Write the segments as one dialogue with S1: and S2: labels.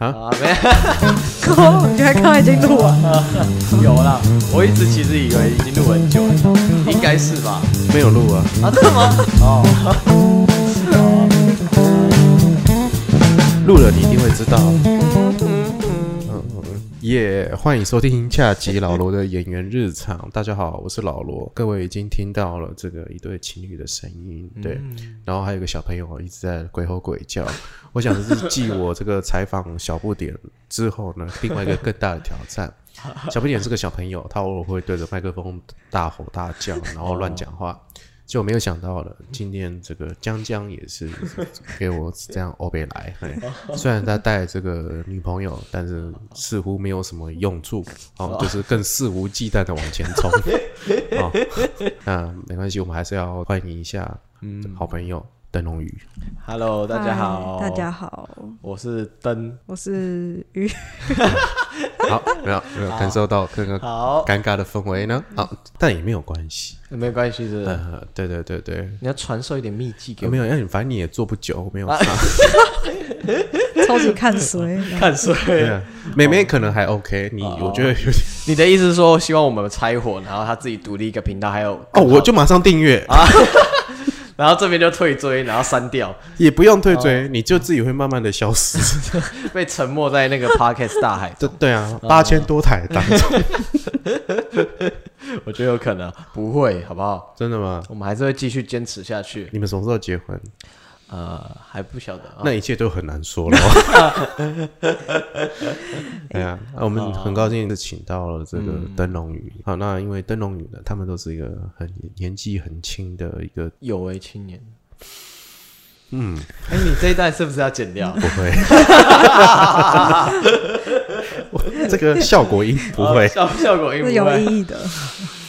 S1: 啊，没
S2: 靠，你还看已经录完了，
S1: 有啦，我一直其实以为已经录很久了，应该是吧？
S3: 没有录啊，
S1: 啊，真的吗？哦，
S3: 录了你一定会知道。嗯耶、欢迎收听下集老罗的演员日常。大家好，我是老罗。各位已经听到了这个一对情侣的声音，对，
S1: 嗯
S3: 然后还有一个小朋友哦一直在鬼吼鬼叫。我想这是继我这个采访小不点之后呢，另外一个更大的挑战。小不点是个小朋友，他偶尔会对着麦克风大吼大叫，然后乱讲话。就没有想到了，今天这个江江也是给我这样欧北来，嘿虽然他带这个女朋友，但是似乎没有什么用处，哦，就是更肆无忌惮的往前冲，哦，那没关系，我们还是要欢迎一下好朋友邓龙宇，
S1: ，Hello，大家好，
S2: 嗨大家，好，
S1: 我是灯，
S2: 我是鱼，
S3: 好，没有没有感受到这个
S1: 好，
S3: 尴尬的氛围呢，好，但也没有关系，
S1: 没关系，是不是？
S3: 呃，嗯对对对对，
S1: 你要传授一点秘技给
S3: 有
S1: 我
S3: 没，有？那你反正你也做不久，没有
S1: 啊
S3: 差。
S2: 超级看 谁，
S1: 看谁？
S3: 对啊，哦妹妹可能还 OK，你我觉得有点
S1: 你的意思是说，希望我们拆伙，然后他自己独立一个频道，还有
S3: 哦，我就马上订阅，
S1: 然后这边就退追，然后删 掉，
S3: 也不用退追，你就自己会慢慢的消 失。
S1: 被沉没在那个 Podcast 大海
S3: 对
S1: 中，
S3: 对啊，八千多台当中，
S1: 我觉得有可能不会，好不好？
S3: 真的吗？
S1: 我们还是会继续坚持下去。
S3: 你们什么时候结婚？
S1: 呃，还不晓得啊。
S3: 那一切都很难说了。对啊，啊我们很高兴是请到了这个灯笼鱼。好，那因为灯笼鱼呢，他们都是一个很年纪很轻的一个，
S1: 有为青年。
S3: 嗯，
S1: 哎、你这一段是不是要剪掉？
S3: 不会， 我这个效果音不会
S1: 哦。效效果应
S2: 是
S1: 不
S2: 有
S1: 会
S2: 意义的。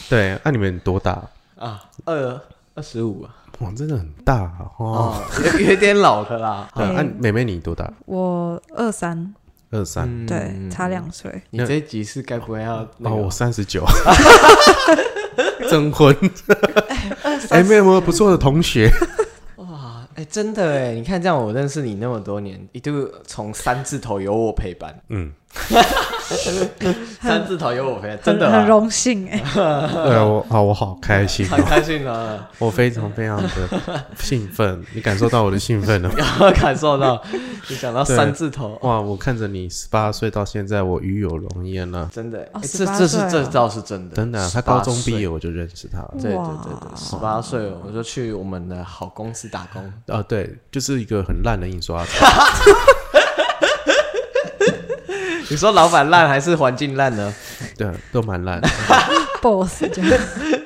S3: 对，那你们多大？
S1: 啊，二二十五啊，
S3: 哇，真的很大啊哦。
S1: 哦，有 有点老了 啦。
S3: 对，
S2: 嗯
S3: 啊，妹妹你多大？
S2: 我二三，
S3: 二三。
S1: 嗯
S2: 对，差两岁，
S1: 你这一集是该不会要那
S3: 哦，
S1: 个
S3: 我三十九，征婚。哎，没有没有不错的同学，
S1: 哇？哎、真的哎，你看这样，我认识你那么多年，一度从三字头有我陪伴，
S3: 嗯，
S1: 三字头有我 陪伴，真
S2: 很
S1: 的
S2: 很
S1: 啊，
S2: 荣幸哎，
S3: 对我啊，我好开心
S1: 很
S3: 哦，
S1: 开心啊，
S3: 我非常非常的兴奋，你感受到我的兴奋了吗？
S1: 有感受到你讲到
S3: 对
S1: 三字头，
S3: 哇，我看着你十八岁到现在，我与有荣焉了。
S1: 真的，哎
S2: 哦
S1: 这
S2: 18
S1: 这是
S2: 岁啊
S1: 这倒是真的，
S3: 真的啊，他
S1: 18
S3: 高中毕
S1: 岁
S3: 业我就认识他了。
S1: 对对
S2: 哇
S1: 对对，十八岁哦我就去我们的好公司打工，
S3: 啊，对，就是一个很烂的印刷厂，
S1: 你说老板烂还是环境烂呢？
S3: 对，都蛮烂的。
S2: ，boss 这样，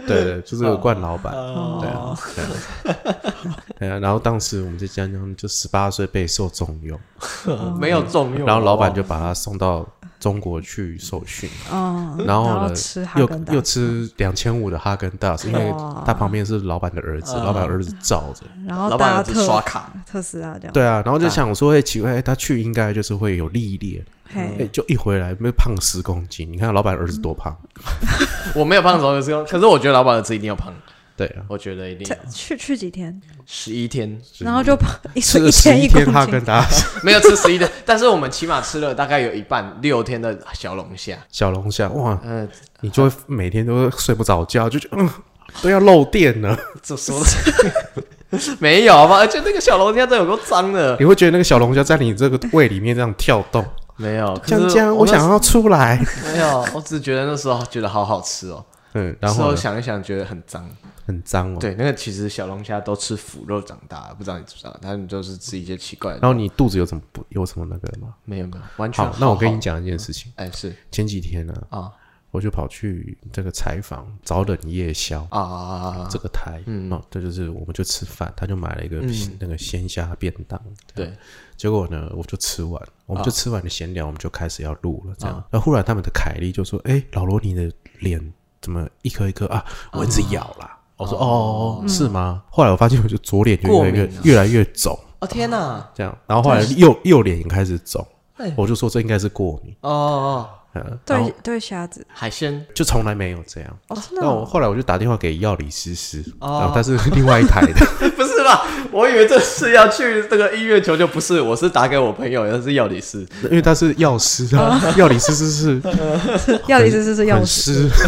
S3: 对对，就是个惯老板。对啊，
S2: 哦
S3: 对啊，对啊。然后当时我们在江江就十八岁备受重用，
S1: 没有重用。
S3: 嗯
S1: 哦
S3: 然后老板就把他送到中国去受训，
S2: 嗯，
S3: 然后
S2: 后
S3: 呢
S2: 吃哈根达
S3: 又又
S2: 斯，
S3: 吃两千五的哈根达斯，因为
S2: 哇
S3: 他旁边是老板的儿子，老板儿子罩着。
S2: 然
S1: 老
S2: 后
S1: 板
S2: 搭
S1: 儿子刷
S2: 特
S1: 卡，
S2: 特斯拉这样，
S3: 对啊，然后就想说，哎，奇怪，哎他去应该就是会有历练，哎，
S2: 嘿，
S3: 就一回来没胖十公斤，你看老板儿子多胖，
S1: 我没有胖总有是用，可是我觉得老板儿子一定要胖，
S3: 对啊，
S1: 我觉得一定
S2: 才去去几天，
S1: 十一天
S2: 然后就 胖一
S3: 吃了
S2: 一
S3: 十
S2: 天
S3: 一
S2: 一
S3: 天
S2: 公
S3: 哈
S2: 斤
S3: 根，达斯，
S1: 没有吃十一天，但是我们起码吃了大概有一半六天的小龙虾。
S3: 小龙虾， 哇，
S1: 嗯，
S3: 你就会每天都睡不着觉，就觉得嗯都要漏电了。
S1: 这说的 没有吧？而且那个小龙虾真的有够脏的，
S3: 你会觉得那个小龙虾在你这个胃里面这样跳动，
S1: 没有。可
S3: 江
S1: 是
S3: 江，我
S1: 我那
S3: 想要出来。
S1: 没有，我只觉得那时候觉得好好吃哦，
S3: 嗯，然后
S1: 事后
S3: 呢
S1: 想一想觉得很脏。
S3: 很脏哦。
S1: 对，那个其实小龙虾都吃腐肉长大的，不知道你知不知道？他们就是吃一些奇怪的。
S3: 然后你肚子有什么不有什么那个吗？
S1: 没有没有，完全
S3: 哦好，那我跟你
S1: 你，
S3: 讲一件事情。
S1: 哎是
S3: 前几天呢、
S1: 啊
S3: 我就跑去这个采访找冷夜宵、
S1: 啊啊，
S3: 这个台，嗯，哦，这就是我们就吃饭，他就买了一个、那个鲜虾便当，这样
S1: 嗯对，啊
S3: 结果呢，我就吃完，我们就吃完了闲聊，我们就开始要录了，这样。然后忽然他们的凯莉就说：“哎、老罗，你的脸怎么一颗一颗啊，蚊子咬啦？”我说：“哦，是吗？”后来我发现，我就左脸就越来
S1: 嗯过敏
S3: 越
S1: 啊
S3: 越来越肿，
S1: 哦天哪，
S3: 这样，然后后来右右脸也开始肿
S1: 哎，
S3: 我就说这应该是过敏。
S1: 哦哦，
S3: 嗯，然后
S2: 对对虾子
S1: 海鲜
S3: 就从来没有这样。
S2: 哦，真的
S3: 那我
S2: 哦
S3: 后来我就打电话给药理师师，
S1: 哦
S3: 然后他是另外一台的，
S1: 不是吧？我以为这是要去这个医院求救，不是，我是打给我朋友，那是药理师。
S3: 因为他是药师啊，药理师师是
S2: 药理师是是药
S3: 很
S2: 师，
S3: 师。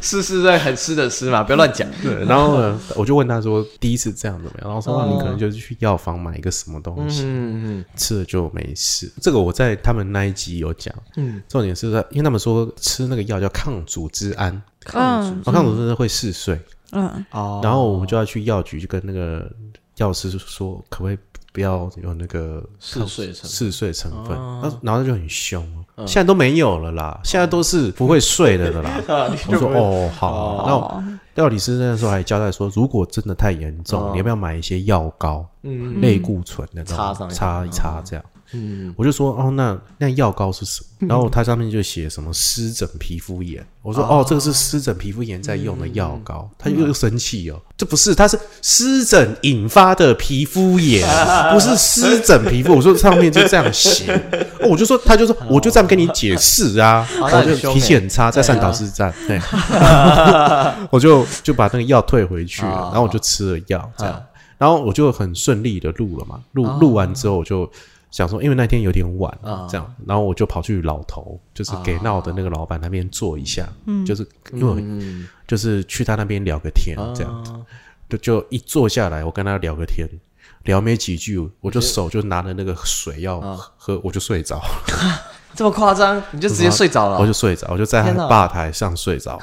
S1: 是是在很湿的湿嘛，不要乱讲。
S3: 嗯对，然后呢，我就问他说第一次这样怎么样，然后说、
S1: 哦
S3: 那你可能就是去药房买一个什么东西，
S1: 嗯
S3: 吃了就没事。这个我在他们那一集有讲，
S1: 嗯
S3: 重点是在因为他们说吃那个药叫抗组织胺，
S2: 嗯
S3: 然后抗组织胺会嗜睡，
S2: 嗯，
S1: 哦
S3: 然后我们就要去药局去跟那个药师说，可不可以不要有那个
S1: 嗜睡成哦嗯
S3: 嗜睡成分？那然后他就很凶哦，现在都没有了啦，现在都是不会睡的了啦。嗯
S1: 啊
S3: 我说哦，好，那我药理师那时候还交代说，如果真的太严重，你要不要买一些药膏、
S1: 哦嗯
S3: 类固醇那种
S1: 擦上去
S3: 擦一擦这样？
S1: 嗯，
S3: 我就说哦，那那药膏是什么？然后它上面就写什么湿疹皮肤炎。我说哦，这个是湿疹皮肤炎在用的药膏。
S1: 嗯
S3: 他又又生气哦，这不是，它是湿疹引发的皮肤炎，不是湿疹皮肤。我说上面就这样写，哦我就说他就说我就这样跟你解释啊，
S1: 哦
S3: 然后
S1: 那很
S3: 就
S1: 凶
S3: 脾气
S1: 欸
S3: 很差，在
S1: 对啊
S3: 善导市站，对，我就就把那个药退回去了，
S1: 哦
S3: 然后我就吃了药这样。然后我就很顺利的录了嘛，录录完之后我就想说，因为那天有点晚，
S1: 啊
S3: 这样，然后我就跑去老头，就是给闹的那个老板那边坐一下，就是因为我
S1: 嗯啊
S3: 就是去他那边聊个天，这样，就就一坐下来，我跟他聊个天，聊没几句，我就手就拿着那个水要
S1: 啊
S3: 喝，我就睡着，
S1: 这么夸张，你就直接睡着了？
S3: 我就睡着，我就在他
S1: 啊天
S3: 的
S1: 哪
S3: 吧台上睡 着。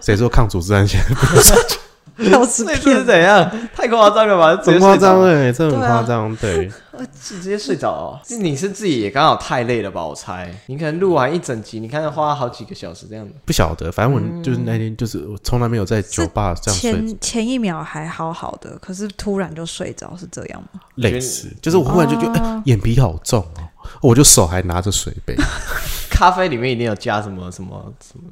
S3: 谁说抗组织胺现在
S2: 药师
S1: 那这
S2: 片
S1: 是怎样？ 太夸张了吧？
S3: 很夸张
S1: 了，
S3: 哎、欸，真的很
S1: 对
S3: 夸
S1: 啊
S3: 张，对。
S1: 是直接睡着哦。是你是自己也刚好太累了吧？我猜你可能录完一整集，你看花好几个小时这样的。
S3: 不晓得，反正
S1: 嗯
S3: 我就是那天就是我从来没有在酒吧这样睡
S2: 前前一秒还好好的，可是突然就睡着，是这样吗？
S3: 类似，就是我忽然就觉得、
S1: 哦
S3: 哎眼皮好重哦，我就手还拿着水杯，
S1: 咖啡里面一定有加什么什么什么？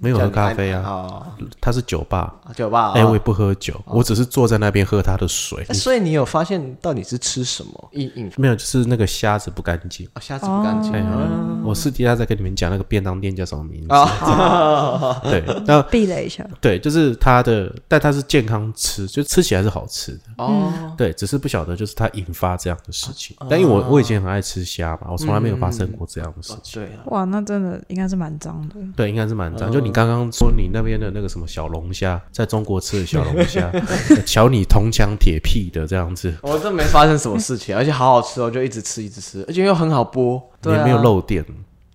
S3: 没有喝咖啡啊，
S1: 哦，
S3: 它是酒吧，
S1: 酒吧。哦哎
S3: 哎、我也不喝酒，我只是坐在那边喝他的水，
S1: 所以你有发现到底是吃什么？饮饮
S3: 没有，就是那个虾子不干净。
S1: 啊，虾子不干净
S3: 哎、
S1: 哦
S3: 我私底下再跟你们讲那个便当店叫什么名字。
S1: 啊。
S3: 对，那
S2: 避雷一下，
S3: 对，就是它的，但它是健康吃，就吃起来是好吃的。
S1: 哦，
S3: 对，只是不晓得就是它引发这样的事情。但因为我我以前很爱吃虾嘛，我从来没有
S1: 嗯
S3: 发生过这样的事情。
S1: 对啊，
S2: 哇，那真的应该是蛮脏的。
S3: 对，应该是
S1: 哦
S3: 蛮脏。就你刚刚说你那边的那个什么小龙虾，在中国吃的小龙 虾，呃瞧你铜墙铁壁的这样子，
S1: 我这没发生什么事情，而且好好吃哦，就一直吃一直吃，而且又很好剥，
S3: 你
S1: 对啊
S3: 没有漏电。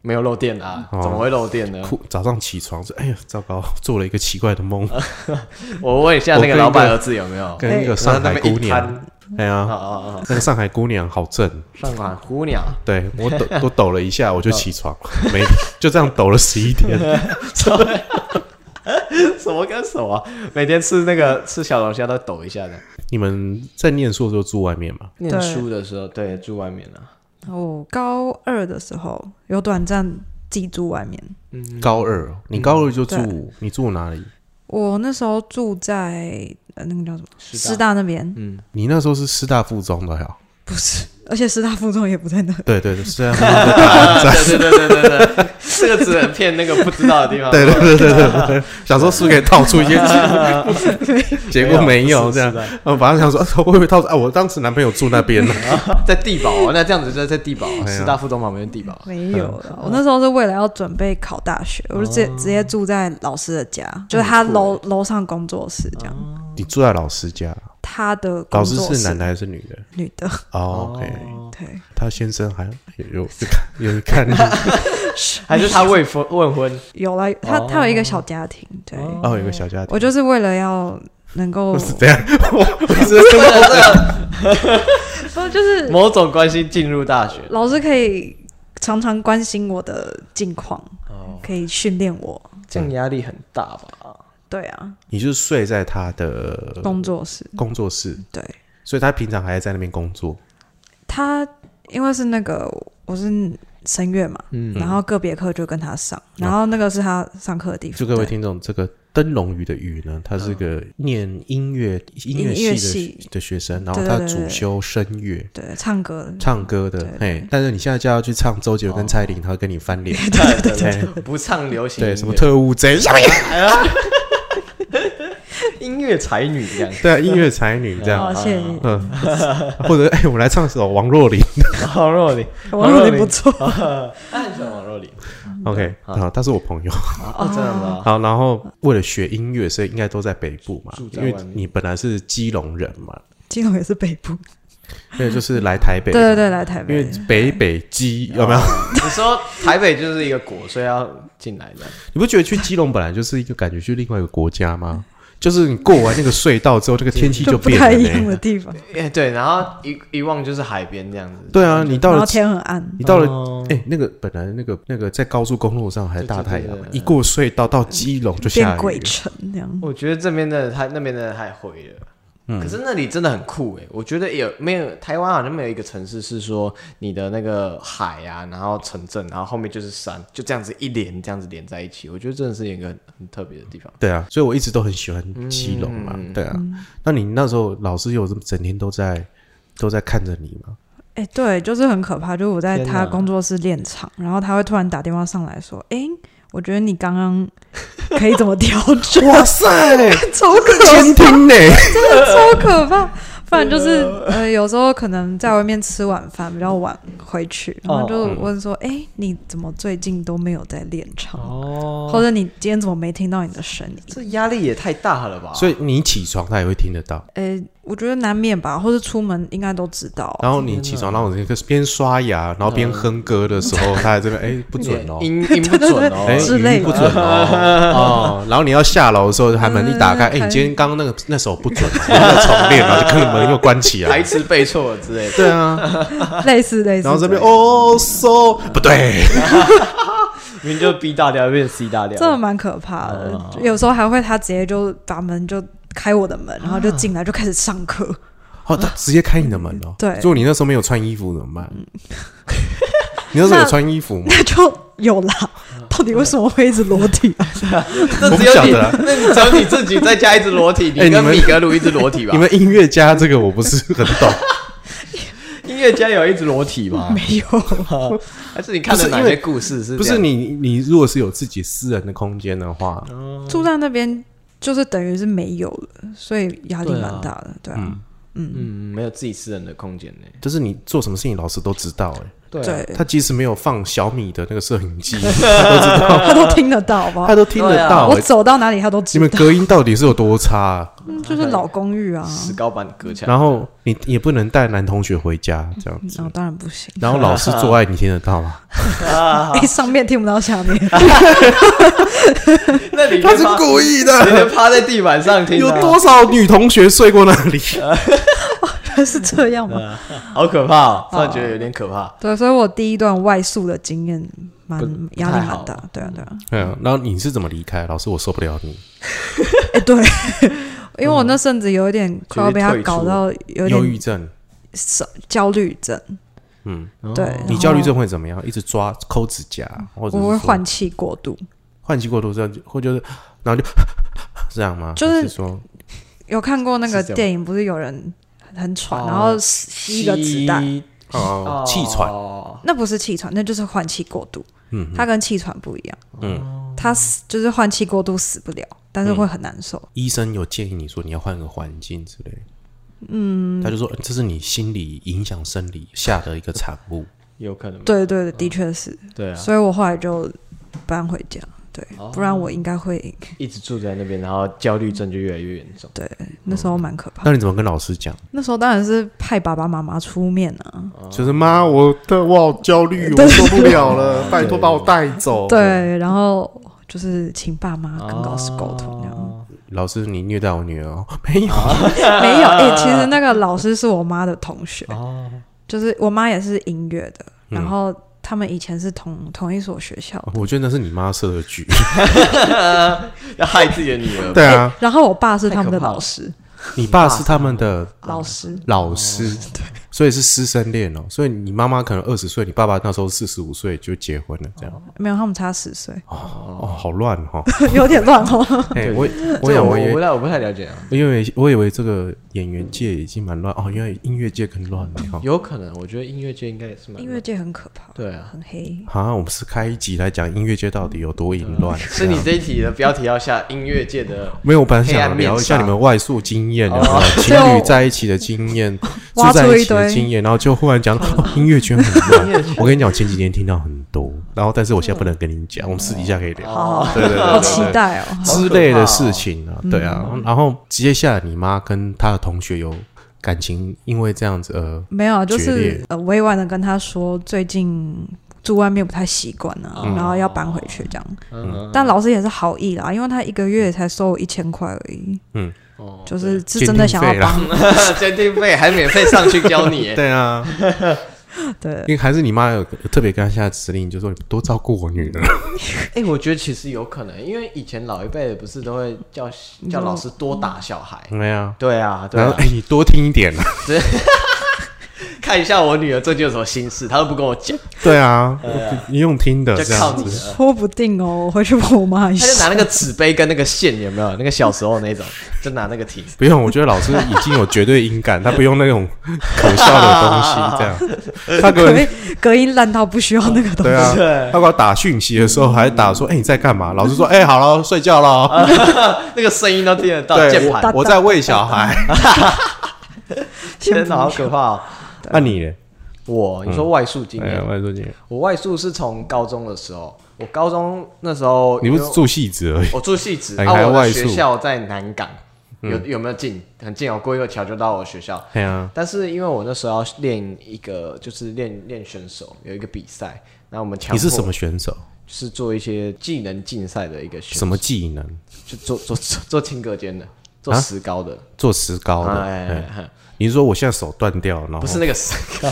S1: 没有漏电啊，
S3: 哦
S1: 怎么会漏电呢？
S3: 哭，早上起床说：“哎呀，糟糕，做了一个奇怪的 梦，
S1: 我问一下那个老板儿子有没有？
S3: 跟一个
S1: 哎
S3: 上
S1: 然后
S3: 海
S1: 那边
S3: 姑
S1: 一
S3: 娘
S1: 摊，
S3: 哎
S1: 啊
S3: 呀，
S1: 啊啊！
S3: 那个上海姑娘好正。”
S1: 上海姑娘，
S3: 对我 抖，我抖了一下，我就起床了，没就这样抖了十一 天。
S1: 什么跟什么？每天吃那个吃小龙虾都抖一下的。
S3: 你们在念书的时候住外面嘛？
S1: 念书的时候，对，住外面啊。
S2: 我高二的时候有短暂寄住外面，
S3: 高二哦，你高二就
S2: 嗯对
S3: 住，你住哪里？
S2: 我那时候住在呃那个叫什么
S1: 师
S2: 师大那边，
S3: 你那时候是师大附中的呀？
S2: 不是，而且师大附中也不在那，
S3: 对对对，师大附中
S1: 大，啊对对对对对对，这个只能骗那个不知道的地 方。
S3: 对对对对对对， 想说是不是可以套出一些 结果没有这样
S1: 是，的
S3: 我反正想说啊 会不会套出？啊，我当时男朋友住那边呢，
S1: 在地堡哦，那这样子就在地堡哦，
S3: 哎呀
S1: 师大附中旁边的地堡。
S2: 没有
S3: 嗯
S2: 了。我那时候是为了要准备考大学，我就直接
S3: 哦
S2: 直接住在老师的家，就是他楼
S3: 欸
S2: 楼上工作室这样。
S3: 你住在老师家，
S2: 他的
S3: 哦
S2: 工
S3: 老师
S2: 作
S3: 是
S2: 室
S3: 男的还是女的？
S2: 女的，
S3: 哦，OK，
S2: 对，
S3: 他先生还有有有有 看
S1: 还是他未婚未 婚？
S2: 有了他他有一个小家庭，对
S3: 哦，有个小家庭，
S2: 我就是为了要 能够，
S3: 是这样，我我一直
S1: 对对
S2: 不就是
S1: 对，某种关系进入大学。
S2: 老师可以常常关心我的近况，
S1: 哦，
S2: 可以训练我。
S1: 这样压力很大吧？
S2: 对啊，
S3: 你就是睡在他的
S2: 工作室，
S3: 工作室，
S2: 对
S3: 所以他平常还在那边工作，
S2: 他，因为是那个我是
S3: 嗯
S2: 声乐嘛，然后个别课就跟他上，然后那个是他上课的地方。
S3: 就各位
S2: 对嗯
S3: 听众，这个灯笼鱼的鱼呢，他是个念音乐音乐系
S2: 音乐
S3: 的
S2: 系
S3: 的学生，然后
S2: 对
S3: 他
S2: 对对
S3: 主
S2: 对
S3: 修声乐。
S2: 对，唱歌的，
S3: 唱歌的
S2: 对，对哦
S3: 嘿，但是你现在叫他去唱周杰伦跟蔡依林，他会跟你翻 脸，
S1: 对对对，不唱流行音乐
S3: 对，什么特务贼，。
S1: 音乐才女这样
S3: 对啊，音乐才女这样，
S2: 哦，谢谢你，
S3: 嗯， 或者哎，我们来唱首王若琳
S1: 王若琳，
S2: 王若琳不错，
S1: 那啊你喜欢王若琳？
S2: 嗯
S3: ，OK，好，他是我朋友，
S1: 哦，真的吗？
S3: 好，然后为了学音乐，所以应该都在北部嘛
S1: 住，
S2: 啊
S1: 在
S3: 因为
S1: 外面
S3: 你本来是基隆人嘛，
S2: 金龙也是北部，
S3: 对，就是来台北，
S2: 对对对，来台
S3: 因为北
S2: 北，
S3: 北基有没有？
S1: 你说台北就是一个国，所以要进来 的。
S3: 你不觉得去基隆本来就是一个感觉去另外一个国家吗？就是你过完那个隧道之后，这个天气就
S2: 不
S3: 变
S2: 太一
S3: 了
S2: 样
S3: 呢。
S2: 的地方，
S1: 哎，对，然后一一望就是海边这样子。
S3: 对啊，你到
S2: 然后
S3: 了
S2: 天很暗，
S3: 你到了
S1: 哦
S3: 哎、那个本来那个那个在高速公路上还是大太阳
S1: 对对，对
S3: 一过隧道到基隆就
S2: 变
S3: 下雨
S2: 鬼。城这样。
S1: 我觉得这边的太那边的太灰了。可是那里真的很酷哎、我觉得有没有台湾好像没有一个城市是说你的那个海啊，然后城镇，然后后面就是山，就这样子一连这样子连在一起，我觉得真的是一个很很特别的地方。
S3: 对啊，所以我一直都很喜
S1: 嗯
S3: 欢基隆嘛。对啊，那你那时候老师有这么整天都在都在看着你吗？
S2: 哎、对，就是很可怕。就是我在
S1: 天
S2: 他
S1: 哪
S2: 工作室练唱，然后他会突然打电话上来说：“哎、我觉得你刚刚可以怎么调整？”
S3: 哇 塞，
S2: 超可
S3: 监听呢？
S2: 超可怕。不然就是呃，有时候可能在外面吃晚饭比较晚回去，然后就问说：“哎、你怎么最近都没有在练唱？
S1: 哦，
S2: 或者你今天怎么没听到你的声音
S1: 这压力也太大了吧？
S3: 所以你起床他也会听得到，？”
S2: 哎、我觉得难免吧，或者出门应该都知道。
S3: 然后你起床，然后你边刷牙，然后边哼歌的时候，他还这边哎不
S1: 不
S3: 准 哦，
S1: 音音 不准哦。
S3: 哎
S2: 之
S3: 语
S2: 类
S3: 音不
S2: 的
S3: 准 哦哦。然后你要下楼的时候，还门一打开，哎，
S2: 嗯
S3: 你今天刚刚那个那首不准，你要重练，然后就可以门又关起
S1: 台
S3: 来。
S1: 词背错了之类的，
S3: 对啊，
S2: 类似类似。
S3: 然后这 边哦 so 不对，
S1: 明明就 B 大调变 C 大调，
S2: 真的蛮可怕的。
S1: 哦
S2: 有时候还会他直接就把门就开我的门，然后就进来就开始上课。
S3: 哦，他直接开你的门哦。
S2: 对嗯
S3: 如果你那时候没有穿衣服怎么办？ 你那时候有穿衣服 吗？
S2: 那就有啦，到底为什么会一直裸体啊？
S1: 这只
S3: 我不
S1: 有
S3: 晓
S1: 你
S3: 得啊，
S1: 那你只有你自己在家一直裸体，
S3: 哎
S1: 你
S3: 你
S1: 跟
S3: 们
S1: 米格鲁一直裸体吧
S3: 你？们音乐家这个我不是很 懂，
S1: 音乐家有一直裸体吗？
S2: 没有，
S1: 还是你看了哪些故事是这样？
S3: 不是你你如果是有自己私人的空间的话，
S2: 住在那边就是等于是没有了，所以压力
S1: 对啊
S2: 蛮大的。对啊，
S1: 嗯，没有自己私人的空间呢。
S3: 就是你做什么事情老师都知道哎、
S1: 对啊
S2: 对，啊
S3: 他即使没有放小米的那个摄影 机，
S2: 他都听得到，好不好
S3: 他？都听得到、
S2: 啊我
S3: 欸。
S2: 走到哪里他都
S3: 你
S2: 知
S3: 们
S2: 道，
S3: 隔音到底是有多差啊、
S2: 嗯就是老公寓啊。
S1: 石膏把你隔起来，
S3: 然后你也不能带男同学回家这样子
S2: 然。后哦当然不行，
S3: 然后老师做爱你听得到 吗？
S2: 哎，上面听不到下面，
S1: 那你
S3: 他
S1: 就是趴
S3: 故意
S1: 你
S3: 的。
S1: 就趴在地板上听
S3: 有
S1: 啊，
S3: 多少女同学睡过那 里？
S2: 嗯是这样吗？
S1: 好可怕哦！突然觉得有点可怕。
S2: 对，所以我第一段外宿的经验蛮
S1: 不
S2: 压
S1: 太
S2: 力
S1: 好
S2: 蛮大，对啊，对啊。
S3: 嗯，然后你是怎么离开？老师，我受不了你，
S2: 哎、对，因为我那阵子有一点快要被他搞到
S3: 忧
S2: 有点嗯
S3: 郁症。
S2: 焦虑症，
S3: 嗯，
S2: 对，
S1: 哦
S2: 然
S3: 你
S2: 后
S3: 焦虑症会怎么样？一直抓抠指甲，或者是
S2: 哦我会
S3: 说
S2: 换气过度，
S3: 换气过度症，或就是然后就 这样吗？
S2: 就
S3: 还
S2: 是
S3: 是说
S2: 有看过那个
S1: 是这样
S2: 电影，不是有人很喘，
S1: 哦
S2: 然后吸一个子弹，
S1: 吸
S3: 哦气喘，
S1: 哦
S2: 那不是气喘，那就是换气过度，
S3: 嗯
S2: 它跟气喘不一样，嗯，它死就是换气过度死不了，但是会很难受，
S3: 医生有建议你说你要换个环境之类，嗯，他就说呃这是你心理影响生理下的一个产物。
S1: 有可能吧
S2: 对对对，的确是，
S3: 嗯
S1: 对啊，
S2: 所以我后来就搬回家。对
S1: 哦，
S2: 不然我应该会，
S1: 一直住在那边，然后焦虑症就越来越严重。
S2: 对，那时候蛮可怕。
S3: 那你怎么跟老师讲？
S2: 那时候当然是派爸爸妈妈出面啊，
S3: 哦就是妈，我的我好焦 虑，我受不了了， 拜托把我带走。，
S2: 对，然后就是请爸妈跟老师沟通这样。
S1: 哦
S3: 老师你虐待我女儿哦， 没有，
S2: 没有，哎、其实那个老师是我妈的同学，
S1: 哦，
S2: 就是我妈也是音乐的，然后他们以前是同同一所学校。
S3: 我觉得那是你妈设的局。
S1: 要害自己的女 儿。
S3: 对 啊，
S2: 然后我爸是他们
S1: 太可
S2: 的
S1: 怕了
S2: 老师，
S3: 你爸是他们的
S2: 老师
S3: 老师，所以是师生恋哦。所以你妈妈可能二十岁，你爸爸那时候四十五岁就结婚了，这样
S2: 没有，他们差十岁，
S3: 哦，好乱 哈、哦
S2: 有点乱哦。
S3: 嘿我我
S1: 这个
S3: 想
S1: 我
S3: 我
S1: 我
S3: 也
S1: 不太我不太了解啊，
S3: 因为我以为这个演员界已经蛮乱哦，原来音乐界更乱了哈。
S1: 有可能，我觉得音乐界应该也是蛮
S2: 音乐界很可怕，
S1: 对啊。
S2: 很黑。
S3: 好、像我们是开一集来讲音乐界到底有多淫乱，
S1: 是你这一题的标题要下音乐界的
S3: 没有，我本来
S1: 黑暗
S3: 想
S1: 面
S3: 聊一下
S1: 纱
S3: 你们外宿经验，有 没
S1: 哦
S3: 有？情侣在一起的经验，住
S2: 挖
S3: 在
S2: 出
S3: 一
S2: 一
S3: 起的
S2: 堆
S3: 经验，然后就忽然讲、哦、音乐圈很 乱。我跟你讲，我前几年听到很多，然后但是我现在不能跟你讲，我们私底下可以聊
S2: 好，
S3: 对对对对
S2: 好期待哦。
S3: 之类的事情啊，对啊。
S2: 嗯
S3: 然后接下来你妈跟她的同学有感情，因为这样子呃，
S2: 没有啊，就
S3: 决
S2: 是
S3: 裂
S2: 呃委婉的跟他说，最近住外面不太习惯啊，
S1: 嗯
S2: 然后要搬回去这样。
S1: 嗯
S2: 但老师也是好意啦，因为他一个月才收我一千块而已，
S1: 哦，
S2: 就是是真的想要帮。
S1: 鉴定费还免费上去教你耶，
S3: 对 啊，
S2: 对，
S3: 因为还是你妈有特别跟她下指令，就说你多照顾我女儿。
S1: 哎、我觉得其实有可能，因为以前老一辈的不是都会叫叫老师多打小孩。
S3: 对啊，
S1: 对啊，对
S3: 然后
S1: 啊，
S3: 哎，你多听一点啊。
S1: 看一下我女儿最近有什么心事，她都不跟我讲，
S3: 对啊
S1: 对啊，
S3: 你用听的
S1: 就
S3: 这
S1: 靠
S3: 样
S1: 你
S3: 子。
S1: 了。
S2: 说不定哦，我回去问我妈一
S1: 她就拿
S2: 下。
S1: 那个纸杯跟那个线，有没有？那个小时候那种，就拿那个提。
S3: 不用，我觉得老师已经有绝对音感，他不用那种可笑的东西，这 样。他给
S2: 隔
S3: 我
S2: 音隔音烂到不需要那个东
S3: 对
S2: 西，
S3: 啊，
S1: 对
S3: 他给我打讯息的时候还打说：“哎、你在干嘛？”老师说：“哎、好了，睡觉了。
S1: 那个声音都听得到，
S3: 对，
S1: 键
S3: 我
S1: 盘，
S3: 我在喂小孩。
S1: 天哪，好可怕、哦！
S3: 那你呢？
S1: 我，你说外宿经
S3: 哎
S1: 验，
S3: 我说你，
S1: 我外宿是从高中的时候，我高中那时候
S3: 你不
S1: 因
S3: 是
S1: 为
S3: 住戏子而已。
S1: 我住戏子，
S3: 哎
S1: 啊，
S3: 还
S1: 我
S3: 外
S1: 的
S3: 宿嗯
S1: 学校在南港，有有没有近？很近哦，过一个桥就到我学校。
S3: 对啊，
S1: 但是因为我那时候要练一个，就是练练选手，有一个比赛，那我们强迫
S3: 你是什么？选手？
S1: 是做一些技能竞赛的一个选手，
S3: 什么技能？
S1: 就做做做做轻隔间的，做
S3: 啊
S1: 石膏的，
S3: 做石膏的。
S1: 哎
S3: 哎
S1: 哎哎
S3: 你是说我现在手断掉，然后
S1: 不是那个石 膏，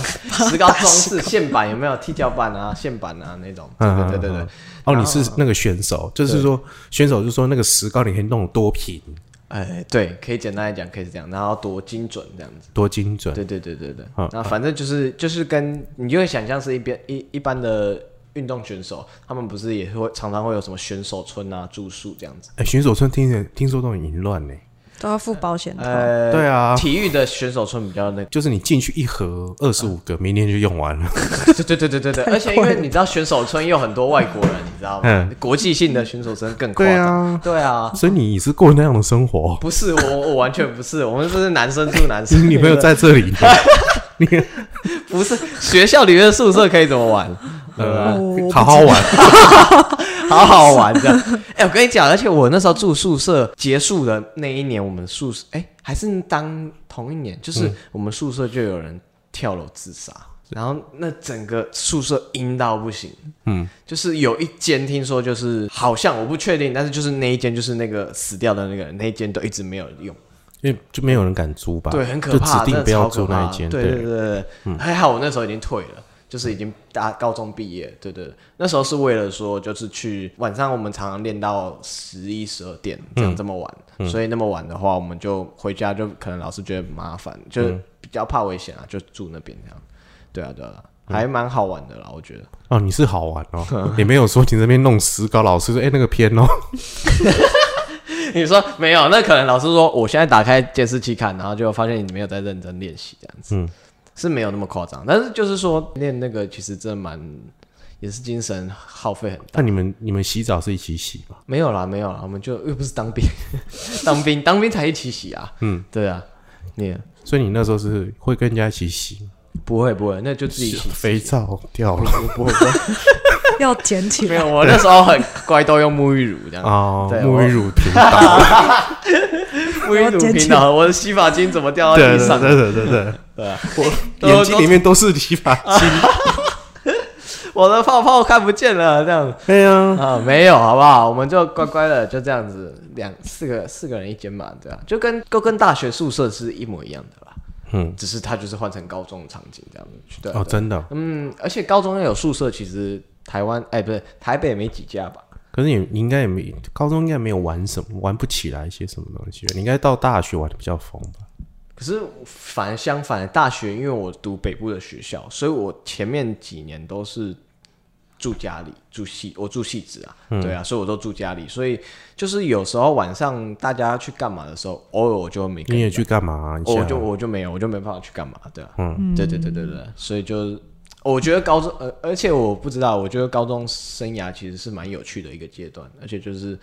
S1: 石膏装饰线板有没有踢脚板啊、线板啊那种？对
S3: 嗯
S1: 对对对
S3: 嗯
S1: 对
S3: 嗯，哦，你是那个选手，就是说选手就说那个石膏你可以弄多平、
S1: 哎对，可以简单来讲可以是这样，然后多精准这样子。
S3: 多精准。
S1: 对对对对对
S3: 嗯，
S1: 那反正就是就是跟你就会想象是一边一一般的运动选手，他们不是也会常常会有什么选手村啊、住宿这样子。
S3: 哎、选手村听着听说都很淫乱呢、
S2: 都要付保险套。
S1: 呃，
S3: 对啊
S1: 体育的选手村比较那个，
S3: 就是你进去一盒二十五个，明天就用完了。
S1: 对对对对对对， 而且因为你知道选手村也有很多外国人，你知道吗
S3: 嗯？
S1: 国际性的选手村更夸张， 对啊。
S3: 所以你是过那样的生活？
S1: 不是我，我完全不是，我们这是男生住男
S3: 你
S1: 生，
S3: 女朋友在这里，
S1: 不是学校里面的宿舍可以怎 么玩？哦
S3: 呃
S2: 我不，
S3: 好好玩。
S1: 好好玩的。哎、我跟你讲，而且我那时候住宿舍结束的那一年，我们宿舍哎、还是当同一年，就是我们宿舍就有人跳楼自杀，然后那整个宿舍阴到不行。
S3: 嗯，
S1: 就是有一间听说就是好像我不确定，但是就是那一间就是那个死掉的那个人，那一间都一直没有用。
S3: 因为就没有人敢租吧？
S1: 对，很可怕，
S3: 就指
S1: 真
S3: 定
S1: 的
S3: 不要
S1: 超可
S3: 租
S1: 怕。
S3: 那一间。嗯
S1: 对对对对，还好我那时候已经退了。就是已经大高中毕业，对对对，那时候是为了说，就是去晚上我们常常练到十一十二点，这
S3: 嗯
S1: 样这么晚，所以那么晚的话，我们就回家就可能老师觉得麻烦，就
S3: 嗯
S1: 比较怕危险啊，就住那边这样。对啊对啊，
S3: 嗯
S1: 还蛮好玩的啦，我觉得。
S3: 哦，你是好玩 哦，也没有说你这边弄石膏，老师说哎那个偏哦，
S1: 你说没有，那可能老师说我现在打开监视器看，然后就发现你没有在认真练习这样子，
S3: 嗯
S1: 是没有那么夸张，但是就是说练那个其实真的蛮也是精神耗费很，
S3: 那你们你们洗澡是一起洗吗？
S1: 没有啦没有啦，我们就又不是当兵， 当兵当兵才一起洗啊，嗯，对啊，你
S3: 所以你那时候是会跟人家一起洗，
S1: 不会不会，那就自己洗
S3: 肥皂掉了
S1: 我不会不会，
S2: 要捡起
S1: 没
S2: 来。
S1: 有，我那时候很乖，都用沐浴乳这样，
S3: 哦，
S1: 对
S3: 沐浴乳频道，
S1: 沐浴乳平常，我的洗发精怎么掉到
S3: 对
S1: 地
S3: 对
S1: 上？
S3: 对对对对，
S1: 对啊，
S3: 我眼睛里面都是洗发精，
S1: 我的泡泡看不见了这样。
S3: 对呀，
S1: 啊，没有，好不好？我们就乖乖的，就这样子，两四个四个人一间嘛，对啊，就跟都跟大学宿舍是一模一样的啦，
S3: 嗯，
S1: 只是它就是换成高中的场景这样子去对啊
S3: 哦，
S1: 对啊
S3: 真的哦，
S1: 嗯，而且高中要有宿舍，其实台湾哎、不是台北没几家吧？
S3: 可是你你应该也没高中应该没有玩什么，玩不起来一些什么东西吧，你应该到大学玩的比较疯吧？
S1: 可是反而相反，大学因为我读北部的学校，所以我前面几年都是住家里，住戏，我住戏子啊，
S3: 嗯
S1: 对啊，所以我都住家里，所以就是有时候晚上大家去干嘛的时候，偶尔我就没跟
S3: 你也
S1: 们
S3: 去干嘛？你
S1: 我
S3: 想
S1: 哦就我就没有，我就没办法去干嘛，对啊，
S3: 嗯
S2: 嗯
S1: 对对对对对，所以就我觉得高中，呃，而且我不知道，我觉得高中生涯其实是蛮有趣的一个阶段，而且就是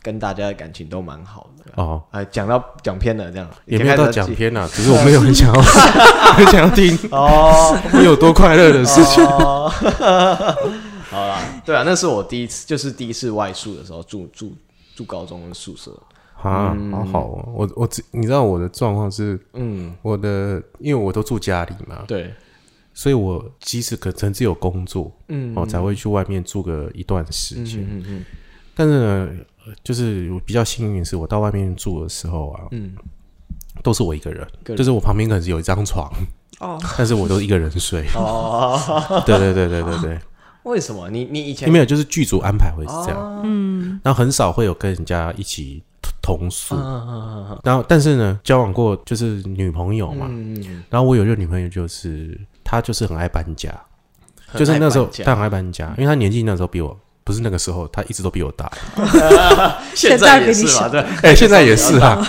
S1: 跟大家的感情都蛮好的。
S3: 哦，
S1: 啊，讲到讲偏了这样，
S3: 也没有
S1: 可以
S3: 到
S1: 开始
S3: 讲
S1: 记
S3: 偏啦，只是我没有很想要， 很想要听
S1: 哦，
S3: 你有多快乐的事情。
S1: 好啦，对啊，那是我第一次，就是第一次外宿的时候住住住高中的宿舍，
S3: 啊，好好哦，我我只你知道我的状况是，
S1: 嗯，
S3: 我的因为我都住家里嘛，
S1: 对，
S3: 所以我即使可能只有工作，
S1: 嗯
S3: 哦，才会去外面住个一段时间。
S1: 嗯嗯
S3: 但是呢，呃就是我比较幸运的是，我到外面住的时候啊，
S1: 嗯，
S3: 都是我一个人，
S1: 个人
S3: 就是我旁边可能是有一张 床，
S2: 哦，
S3: 但是我都一个人睡。
S1: 哦，
S3: 对对对对对对，
S1: 为什么你你以前
S3: 因为就是剧组安排会是这样，
S1: 哦
S2: 嗯，
S3: 然后很少会有跟人家一起同宿。
S1: 嗯
S3: 然后，但是呢，交往过就是女朋友嘛，
S1: 嗯，
S3: 然后我有一个女朋友，就是她就是很爱搬家，就是那时候她很爱搬家，因为她年纪那时候比我不是那个时候，她一直都比我 大。
S1: 现
S2: 在
S1: 也
S2: 比你
S1: 是嘛，
S2: 小
S1: 对，
S3: 哎、现在也是啊，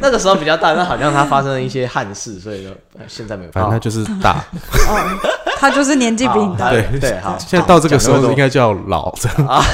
S1: 那个时候比较大，但好像他发生了一些憾事，所以就呃现在没有。
S3: 反正她就是 大。
S2: 他就是年纪比你大，
S1: 啊对对，好，
S3: 现在到这个时候
S1: 讲那么多
S3: 应该叫老 这样。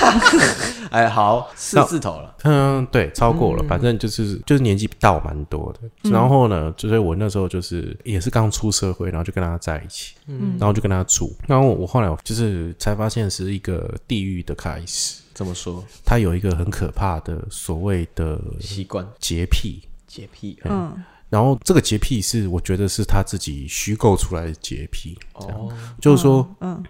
S1: 哎，好，四字头了，
S3: 嗯，对，超过了，反正就是就是年纪大我蛮多的。然后呢，就是我那时候就是也是刚出社会，然后就跟她在一起，然后就跟她住。然后我后来我就是才发现是一个地狱的开始，
S1: 怎么说？
S3: 她有一个很可怕的所谓的
S1: 习惯
S3: 洁癖。
S1: 洁癖
S2: 嗯，
S3: 然后这个洁癖是我觉得是他自己虚构出来的洁癖，
S1: 哦，
S3: 就是说，
S2: 嗯，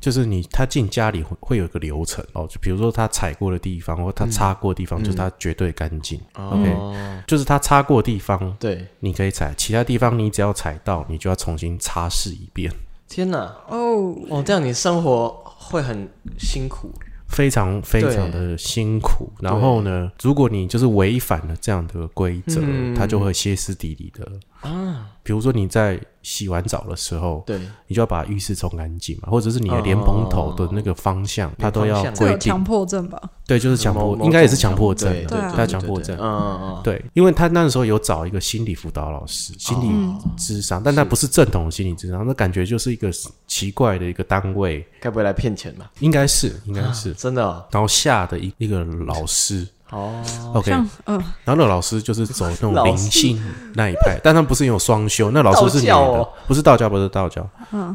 S3: 就是你他进家里会会有一个流程哦，就比如说他踩过的地方或他擦过的地方，就是他绝对干净，
S1: 哦，
S3: 就是他擦过的地方
S1: 对，
S3: 你可以踩，其他地方你只要踩到，你就要重新擦拭一遍，
S1: 天哪，
S2: 哦，
S1: 哦，这样你生活会很辛苦，
S3: 非常非常的辛苦。然后呢，如果你就是违反了这样的规则，
S1: 嗯
S3: 他就会歇斯底里的啊，比如说你在洗完澡的时候，
S1: 对，
S3: 你就要把浴室冲干净嘛，或者是
S1: 哦
S3: 你的莲蓬头的那个方向，它都要
S1: 连蓬
S2: 这
S3: 规
S2: 有
S3: 定
S2: 强。迫症吧？
S3: 对，就是强
S1: 哦某
S3: 迫
S1: 某，种
S3: 应该也是强迫症
S1: 对，
S3: 的，
S2: 对啊
S3: 他强迫症
S1: 对。哦嗯嗯
S3: 对，因为他那时候有找一个心理辅导老师，心理智商，但他不是正统的心理智商，那感觉就是一个奇怪的一个单位
S1: 嗯，，该不会来骗钱吧？
S3: 应该是，应该是。
S1: 真的哦
S3: 然后下的一一个老师
S1: 哦，
S3: ，OK，
S2: 像嗯，
S3: 然后那个老师就是走那种
S1: 老师
S3: 灵性那一派，但他们不是有双修，那老师是女
S1: 道教
S3: 的
S1: 哦，嗯
S3: 不是道教，不是道教，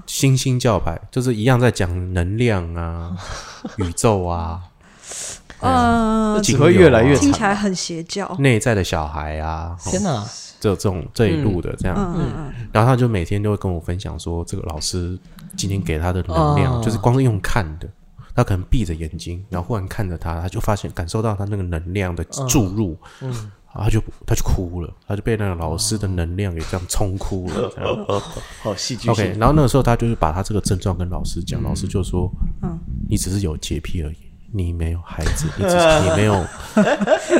S3: 新兴教派就是一样在讲能量 啊、宇宙啊、
S2: 呃
S1: 那，只会越来越
S2: 听
S1: 惨
S2: 起来很邪教。
S3: 内在的小孩啊，哦
S1: 天哪，
S3: 这这种这一路的这样。
S2: 嗯嗯嗯，
S3: 然后他就每天都会跟我分享说，这个老师今天给他的能量，
S1: 哦
S3: 就是光是用看的，他可能闭着眼睛，然后忽然看着他，他就发现感受到他那个能量的
S2: 嗯
S3: 注入，然后他就他就哭了，他就被那个老师的能量给这样冲哭了。这
S2: 哦
S3: 样
S1: 好戏剧
S3: OK，
S1: 性，
S3: 然后那个时候他就是把他这个症状跟老师讲，老师就说，
S2: 嗯
S3: 你只是有洁癖而已。你没有孩子，你只是你没有，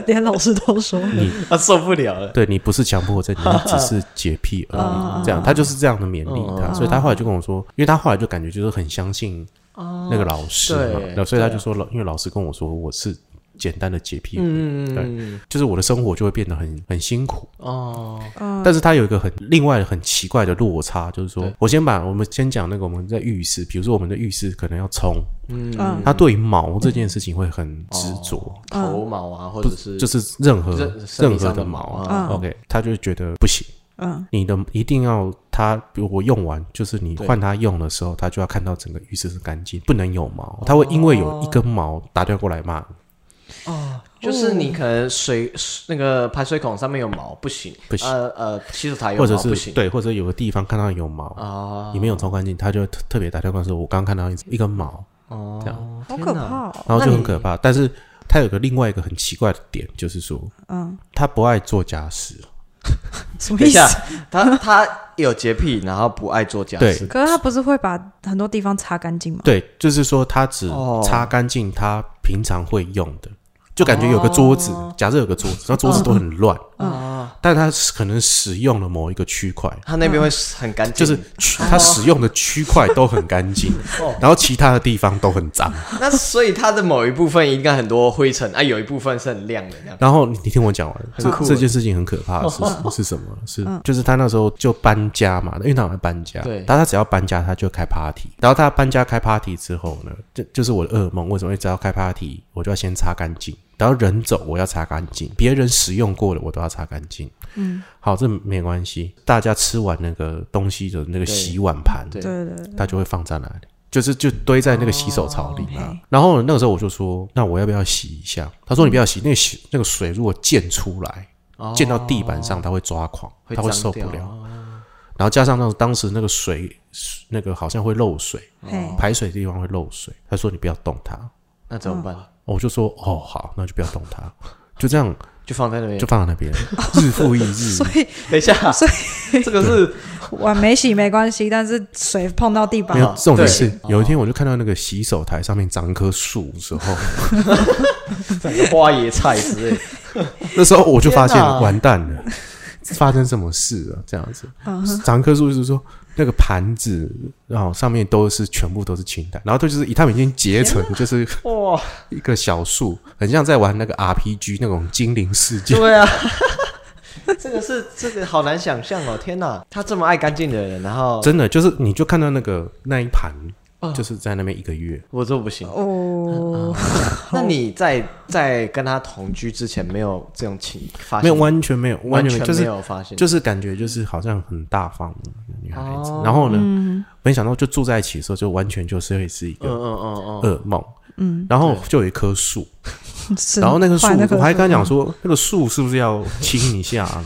S2: 连老师都说，
S1: 他啊受不了了，
S3: 对你不是强迫症，你只是洁癖而已。这样，他就是这样的勉励他，所以他后来就跟我说，因为他后来就感觉就是很相信那个老师嘛
S1: 对，
S3: 那所以他就说，老因为老师跟我说我是简单的洁癖，
S1: 嗯，
S3: 就是我的生活就会变得很很辛苦。
S1: 哦，
S2: 嗯，
S3: 但是他有一个很另外很奇怪的落差，就是说
S1: 对
S3: 我先把我们先讲那个我们在浴室，比如说我们的浴室可能要冲，
S2: 嗯
S3: 他对于毛这件事情会很执着，
S1: 头毛啊，或者是
S3: 就是任何
S1: 任身
S3: 任何
S1: 体上
S3: 的
S1: 的
S3: 毛啊。
S1: 啊，
S3: OK，他就觉得不行，
S2: 嗯，
S3: 你的一定要它，比如我用完，就是你
S1: 对
S3: 换它用的时候，它就要看到整个浴室是干净，不能有毛，它会因为有一根毛打掉过来骂
S1: 哦
S3: 你，
S1: 就是
S3: 哦
S1: 你可能水那个排水孔上面有毛不行，
S3: 不行
S1: 呃呃，洗手台有
S3: 或者
S1: 毛不
S3: 是
S1: 行，
S3: 对，或者有个地方看到有毛，
S1: 啊
S3: 你没有冲干净，它就会特特别打掉过来说，我刚刚看到一一根毛，
S1: 哦，
S3: 这样
S2: 好可怕哦。
S3: 然后就
S1: 那
S3: 很
S1: 你
S3: 可怕。但是它有个另外一个很奇怪的点，就是说
S2: 嗯，
S3: 它不爱做家事，
S2: 什么
S1: 等
S2: 意
S1: 一
S2: 思
S1: 下？， 他他有洁癖，然后不爱做家事，
S2: 可是他不是会把很多地方擦干净吗？
S3: 对，就是说它只
S1: 啊哦
S3: 擦干净它平常会用的，就感觉有个桌子，假设有个桌子，那桌子都很乱。
S1: 哦嗯嗯啊，
S3: 但它是可能使用了某一个区块，
S1: 它那边会很干净，
S3: 就是区
S1: 哦
S3: 它使用的区块都很干净，然后其他的地方都很脏。
S1: 那所以它的某一部分应该很多灰尘啊，有一部分是很亮的那样。
S3: 然后你你听我讲完，
S1: 很
S3: 这
S1: 酷
S3: 这
S1: 欸
S3: 件事情很可 怕的是是什么？是就是他那时候就搬家嘛，因为他好像搬家，
S1: 对
S3: 但他只要搬家他就开 party，然后他搬家开 party 之后呢，这就是我的噩梦，为什么会只要开 party 我就要先擦干净，然后人走我要擦干净，别人使用过的我都要擦干净。嗯，好，这没关系，大家吃完那个东西的那个
S1: 对
S3: 洗碗盘，
S1: 对
S2: 对对对，
S3: 它就会放在那里，就是就堆在那个洗手槽里啊。
S2: 哦
S3: 然后那个时候我就说，那我要不要洗一下？他说你不要洗，那个洗那个水如果溅出来，
S1: 哦
S3: 溅到地板上，它会抓狂，它会
S1: 脏
S3: 受不
S1: 掉
S3: 了。
S1: 哦
S3: 然后加上那种当时那个水，那个好像会漏水，
S1: 哦
S2: 嘿，
S3: 排水的地方会漏水。他说你不要动它，
S1: 那怎么办？
S3: 我就说哦好，那就不要动它，就这样
S1: 就放在那边
S3: 就。放在那边，日复一日
S2: 所。以
S1: 等一下，所以这 个是
S2: 碗没洗没关系，但是水碰到地板
S3: 没有
S2: 了，
S3: 重点是
S1: 对，
S3: 有一天我就看到那个洗手台上面长棵树的时候，
S1: 花椰菜之类的，
S3: 那时候我就发现
S1: 天哪
S3: 完蛋了，发生什么事了？这样子，
S1: 嗯
S3: 长棵树就是说那个盘子，然后上面都是全部都是青苔，然后它就是他们已经结成，就是
S1: 哇，
S3: 一个小树，很像在玩那个 RPG 那种精灵世界。
S1: 对啊， 这个是这个好难想象哦！天哪，他这么爱干净的人，然后
S3: 真的就是，你就看到那个那一盘
S1: 哦，
S3: 就是在那边一个月，
S1: 我做不行。
S2: 哦，
S1: 那你在在跟他同居之前，没有这种情发
S3: 没
S1: 现
S3: 有完全没有，
S1: 完
S3: 全没有，就
S1: 没
S3: 是
S1: 有发现，
S3: 就是感觉就是好像很大方的女孩子
S1: 哦。
S3: 然后呢，没想到就住在一起的时候，就完全就是会是一个
S1: 嗯嗯嗯嗯，
S3: 噩梦。嗯，然后就有一棵树，
S2: 是
S3: 然后那棵树
S2: 换那，棵
S3: 我还跟他讲
S2: 树，
S3: 说，那个树是不是要亲一下啊？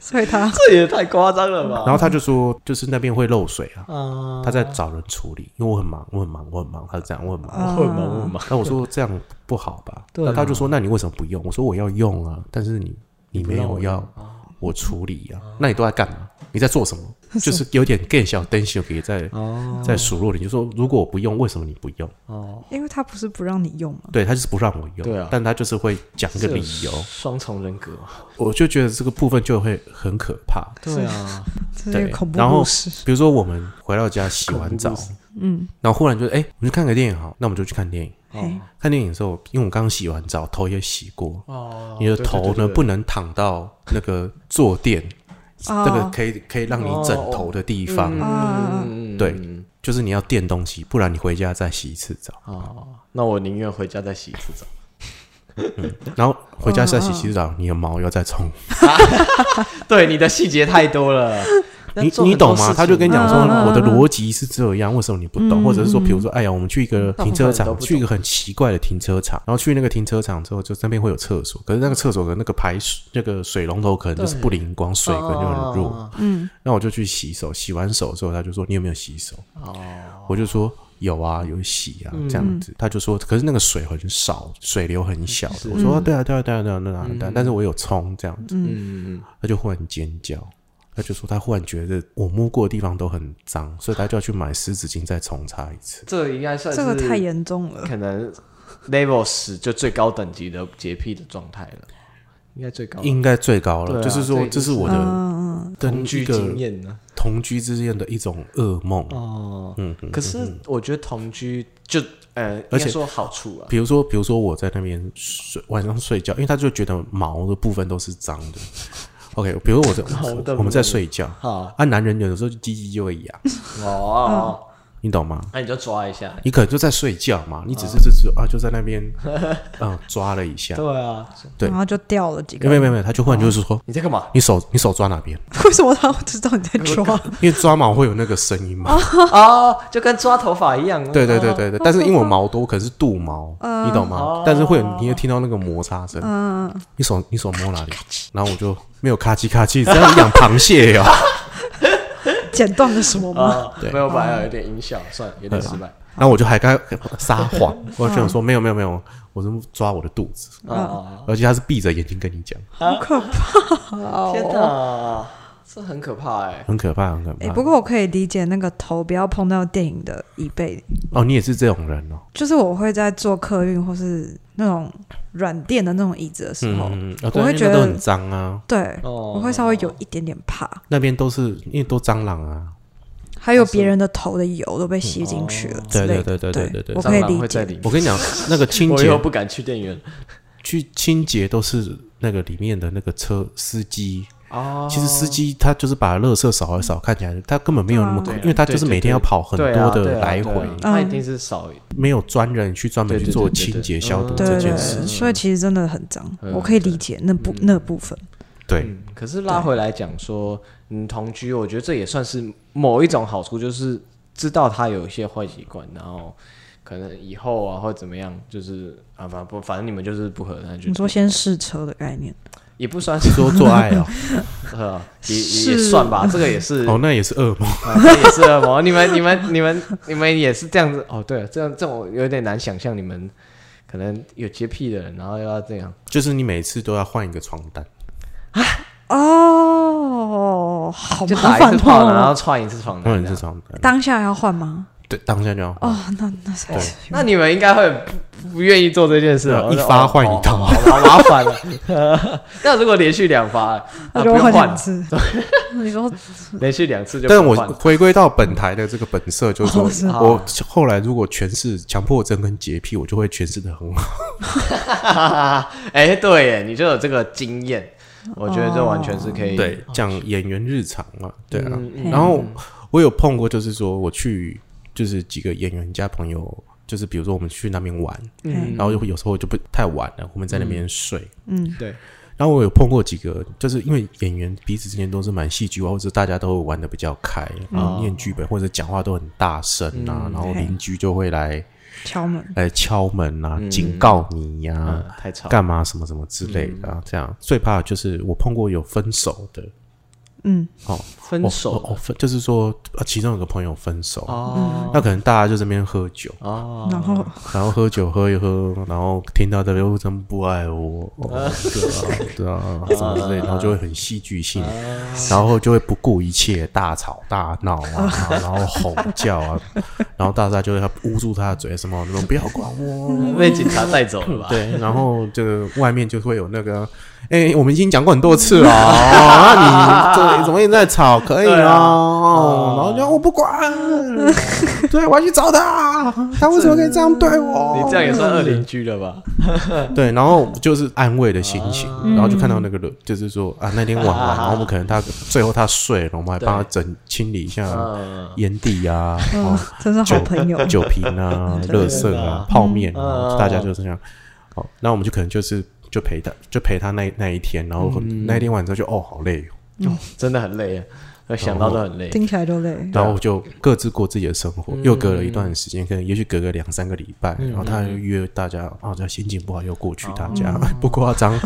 S2: 所以他
S1: 这也太夸张了吧？
S3: 然后他就说，就是那边会漏水啊，
S1: 啊，
S3: 他在找人处理，因为我很忙，我很忙，我很忙，他是这样，我很忙。
S1: 问嘛问嘛，
S3: 那我说这样不好吧？
S1: 啊对
S3: 那他
S1: 啊
S3: 就说，那你为什么不用？我说我要用啊，但是你你没有要
S1: 啊
S3: 我处理啊，那你都在干嘛？你在做什么？就是有点 gay 小灯小给在
S1: 哦
S3: 在数落你，就说如果我不用，为什么你不用？
S1: 哦，
S2: 因为他不是不让你用嘛，
S3: 对他就是不让我用，
S1: 对啊
S3: 但他就是会讲一个
S1: 这
S3: 理由，
S1: 双重人格，
S3: 我就觉得这个部分就会很可怕。
S1: 对 啊，
S2: 这是一
S3: 对
S2: 个恐怖
S3: 然后
S2: 故事，
S3: 比如说我们回到家洗完澡，
S2: 嗯，
S3: 然后忽然就哎、我们去看个电影好，那我们就去看电影。
S2: 嘿，
S3: 看电影的时候，因为我刚洗完澡，头也洗过，
S1: 哦
S3: 你的头呢不能躺到那个坐 垫，
S2: 哦
S3: 这个可以可以让你枕头的地方，
S2: 啊
S1: 嗯
S3: 对就是你要垫东西，不然你回家再洗一次澡。
S1: 哦，那我宁愿回家再洗一次澡。
S3: 然后回家
S2: 嗯
S3: 再洗洗澡，你的毛又再冲，
S1: 对，你的细节太多 了，
S3: 你你懂吗？他就跟你讲说
S2: 嗯嗯嗯，嗯
S3: 我的逻辑是这样，为什么你不懂？或者是说，比如说，哎呀，我们去一个停车
S1: 大部分人都
S3: 场，
S1: 不懂
S3: 去一个很奇怪的停车场，然后去那个停车场之后，就那边会有厕所，可是那个厕所的那个排水那个水龙头可能就是不灵光，
S2: 哦
S3: 水可能就很弱。
S1: 哦
S2: 嗯，
S3: 那我就去洗手，洗完手之后，他就说你有没有洗手？
S1: 哦，
S3: 我就说有啊，有洗啊，这样子。他就说，可是那个水很少，水流很小的。我说、啊对啊，对啊，对啊，对啊，对啊，对啊。但是我有冲这样子，
S1: 嗯，
S3: 他就忽然尖叫，他就说他忽然觉得我摸过的地方都很脏，所以他就要去买湿纸巾再重擦一次。
S1: 这应该算是
S2: 这个太严重了，
S1: 可能 level 十就最高等级的洁癖的状态了，应该最高。
S3: 应该最高了，
S1: 对啊
S3: 就是
S1: 这
S3: 说
S1: 已经
S3: 这是我的
S2: 嗯嗯
S1: 同
S3: 跟
S1: 居
S3: 一
S1: 经
S3: 个
S1: 验啊呢？
S3: 同居之间的一种噩梦。
S1: 哦，
S3: 嗯，嗯
S1: 可是我觉得同居就呃，
S3: 而
S1: 应
S3: 且
S1: 该说好处啊，
S3: 比如说，比如说我在那边睡晚上睡觉，因为他就觉得毛的部分都是脏的。OK，比如我在
S1: 毛的部分
S3: 我们在睡觉，
S1: 好
S3: 啊，男人有的时候鸡鸡就会 痒，
S2: 嗯
S1: 哦，
S3: 你懂吗？
S1: 那你就抓一下。
S3: 你可能就在睡觉嘛，你只
S1: 哦
S3: 是就是啊，就在那 边嗯抓了一下，
S1: 对啊，
S3: 对
S2: 然后就掉了几
S3: 没有
S2: 个。
S3: 没有没有，他就忽然就是说，
S1: 你在干嘛？
S3: 你手你手抓哪边？
S2: 为什么他会知道你在抓？
S3: 因为抓毛会有那个声音嘛。
S1: 哦，就跟抓头发一样。啊
S3: 对对对
S2: 哦
S3: 对对，但是因为我毛多，可能是肚毛，
S2: 嗯
S3: 你懂吗？但是会有你也听到那个摩擦声，你手你手摸哪里？然后我就没有咔叽咔叽，这样养螃蟹啊呀。
S2: 剪断了什么吗？
S1: 啊，
S3: 对
S1: 没有，本来有点音效，算了有点失败。
S3: 然后我就还该撒谎，
S2: 嗯
S3: 我就想说没有没有没有，我是抓我的肚子，
S2: 哦
S1: 啊，
S3: 而且他是闭着眼睛跟你讲，
S2: 好可怕！
S1: 天！哪，
S2: 哦
S1: 这很可怕哎。
S3: 很可怕很可
S2: 哎，
S3: 怕
S2: 不。过我可以理解那个头不要碰到电影的椅背，
S3: 哦，你也是这种人哦，
S2: 就是我会在坐客运或是那种软垫的那种椅子的时候，
S3: 嗯，哦
S2: 我
S3: 对
S2: 会
S3: 因为
S2: 觉
S3: 那
S2: 得
S3: 都很脏啊，
S2: 对
S1: 哦
S2: 我会稍微有一点点怕，
S3: 那边都是因为都蟑螂啊，
S2: 还有别人的头的油都被吸进去了之
S3: 对
S2: 类
S3: 对对
S2: 的。
S3: 对对对对
S2: 我。
S1: 蟑
S2: 可以
S1: 螂
S2: 理
S1: 哦会在
S2: 解
S1: 里面。
S3: 我跟你讲，那个清
S1: 我以后
S3: 洁
S1: 不敢去电影院
S3: 去清洁都是那个里面的那个车司机，
S1: 哦
S3: 其实司机他就是把垃圾扫一扫，看起来他根本没有那么
S1: 对
S3: 苦
S1: 啊，
S3: 因为他就是每天要跑很
S1: 对
S3: 多
S1: 啊对
S3: 的
S1: 啊
S3: 来
S1: 对
S3: 回
S1: 啊，
S2: 嗯
S1: 他一定是少
S3: 没有专人去专门去做
S1: 对对对对对
S3: 清洁消毒
S2: 对
S3: 这
S2: 对
S3: 件
S2: 对，
S3: 事。
S2: 所以其实真的很脏，
S1: 嗯
S2: 我可以理解那部那部分。
S3: 对，
S1: 嗯，可是拉回来讲说，嗯，同居，我觉得这也算是某一种好处，就是知道他有一些坏习惯，然后可能以后啊或者怎么样，就是啊，反不，反正你们就是不合，那就
S2: 你说先试车的概念，
S1: 也不算是
S3: 说做 爱哦，
S1: 呃，也
S2: 是
S1: 也算吧，这个也是，
S3: 哦，那也是噩梦。
S1: 啊这也是恶魔。你们你们你们你们也是这样子哦，对，这样这种有点难想象，你们可能有洁癖的人，然后又要这样，
S3: 就是你每次都要换一个床单，
S2: 哦，好
S1: 就
S2: 麻
S1: 打一
S2: 烦
S1: 次炮，然后
S2: 哦。
S1: 串一次床啊
S3: 换
S1: 单
S3: 一
S1: 这
S3: 次
S1: 样。
S3: 床单，
S2: 当下要换吗？
S3: 对，当下就要换
S2: 哦，那那才
S3: 对
S1: 那你们应该会不不愿意做这件事哦，
S3: 对 一发换一套
S1: 哦好好麻烦了。 那如果连续两发，啊
S2: 那
S1: 不
S2: 就
S1: 用
S2: 换两
S1: 换，
S2: 次。你说
S1: 连续两次就不
S3: 但
S1: 用
S3: 我
S1: 换。
S3: 回归到本台的这个本色，就是说
S2: 哦是
S1: 啊
S3: 我后来如果诠释强迫症跟洁癖，我就会诠释的很好。
S1: 哎，对耶，你就有这个经验，我觉得这完全是可以。
S3: 对，讲
S2: 哦
S3: 演员日常嘛，对啊。
S1: 嗯
S3: 然后我有碰过，就是说我去就是几个演员家朋友，就是比如说我们去那边玩，
S2: 嗯
S3: 然后就会有时候就不太晚了，我们在那边睡。
S2: 嗯，
S1: 对，
S3: 然后我有碰过几个，就是因为演员彼此之间都是蛮戏剧化，或者大家都玩的比较开，然后念剧本或者讲话都很大声啊，然后邻居就会来
S2: 敲门，
S3: 来敲门啊，警告你呀、
S1: 嗯，太吵。
S3: 干嘛什么什么之类的、啊，这样最怕的就是我碰过有分手的，
S2: 嗯，
S3: 哦，
S1: 分
S3: 哦
S1: 手
S3: 哦分就是说、啊其中有个朋友分手，
S1: 哦
S3: 那可能大家就这边喝酒，
S1: 哦，
S2: 然后
S3: 然后喝酒喝一喝，然后听到的又真不爱我，哦、对啊对啊， 什么之类的，然后就会很戏剧性，
S1: 啊
S3: 然后就会不顾一切大吵大闹啊， 然后吼叫啊，然后大家就会捂住他的嘴，什么你们不要管我，
S1: 被警察带走了吧？
S3: 哦对，然后这个外面就会有那个，哎、我们已经讲过很多次 了，哦那你这怎么一直在吵？可以
S1: 对啊
S3: 哦，然后就我不 管，对我要去找他，他为什么可以这样对我？
S1: 你这样也算恶邻居了吧？
S3: 对，然后就是安慰的心情，
S1: 嗯
S3: 然后就看到那个人，就是说啊，那天晚晚，然后我们可能他最后他睡了，我们还帮他整清理一下
S1: 嗯，
S3: 烟蒂啊，哦
S2: 嗯，真是好朋友。
S3: 酒瓶啊、
S1: 真的
S3: 垃圾啊
S1: 啊、
S3: 泡面啊，
S1: 嗯
S3: 大家就是这样。哦，那我们就可能就是就陪他，就陪他那那一天，然后
S1: 嗯
S3: 那一天晚上就哦好累哦，
S1: 真的很累，啊，想到都很
S3: 哦
S1: 累。
S2: 听起来就累。
S3: 然后就各自过自己的生活。
S1: 嗯
S3: 又隔了一段时间，可能也许隔个两三个礼拜，然后他又
S1: 嗯
S3: 约大家啊，这心情不好又过去他家，
S1: 哦
S3: 不夸张，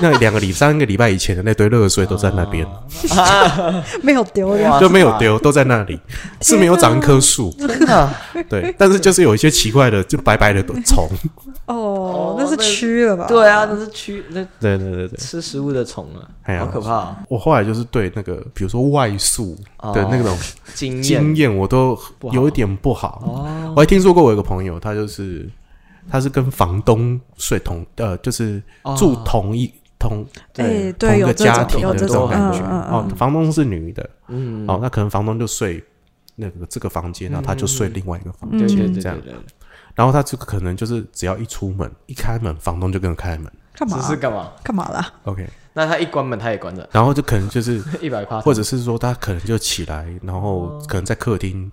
S3: 那两个礼三个礼拜以前的那堆垃圾都在那边，
S1: 哦
S2: 没有丢掉，
S1: 哇
S3: 哦就没有丢，都在那 里，是没有长一棵树，
S1: 真的啊
S3: 对，但是就是有一些奇怪的，就白白的虫，
S2: 哦
S1: 哦，
S2: 那是
S1: 那
S2: 蛆了吧？
S1: 对啊，那是蛆，那
S3: 对对对对。
S1: 吃食物的虫啊
S3: 哎，呀
S1: 好可怕哦！
S3: 我后来就是对那个，比如说外宿
S1: 哦
S3: 的那种
S1: 经
S3: 经
S1: 验
S3: 验，我都
S1: 不好
S3: 有一点不好。
S1: 哦
S3: 我还听说过，我有个朋友，他就是他是跟房东睡同，呃，就是住
S1: 哦
S3: 同一、同
S2: 哎，
S3: 同
S2: 对，
S3: 一
S2: 有
S3: 个
S2: 这
S3: 家
S2: 种，
S3: 庭
S2: 有
S3: 的
S2: 这
S3: 种
S1: 种
S3: 感觉。
S2: 嗯嗯
S3: 哦
S2: 嗯，，
S3: 房东是女的，
S1: 嗯，
S3: 哦，那可能房东就睡那个这个房间，然后他就睡另外一个房
S2: 嗯
S3: 间，
S1: 对嗯对对
S3: 这样
S1: 对。对
S3: 然后他这个可能就是只要一出门，一开门，房东就跟着开门。
S2: 干嘛
S1: 这
S2: 啊？
S1: 是干嘛？
S2: 干嘛啦？
S3: OK，
S1: 那他一关门，他也关着，
S3: 然后就可能就是
S1: 一百趴，
S3: 或者是说他可能就起来，然后可能在客厅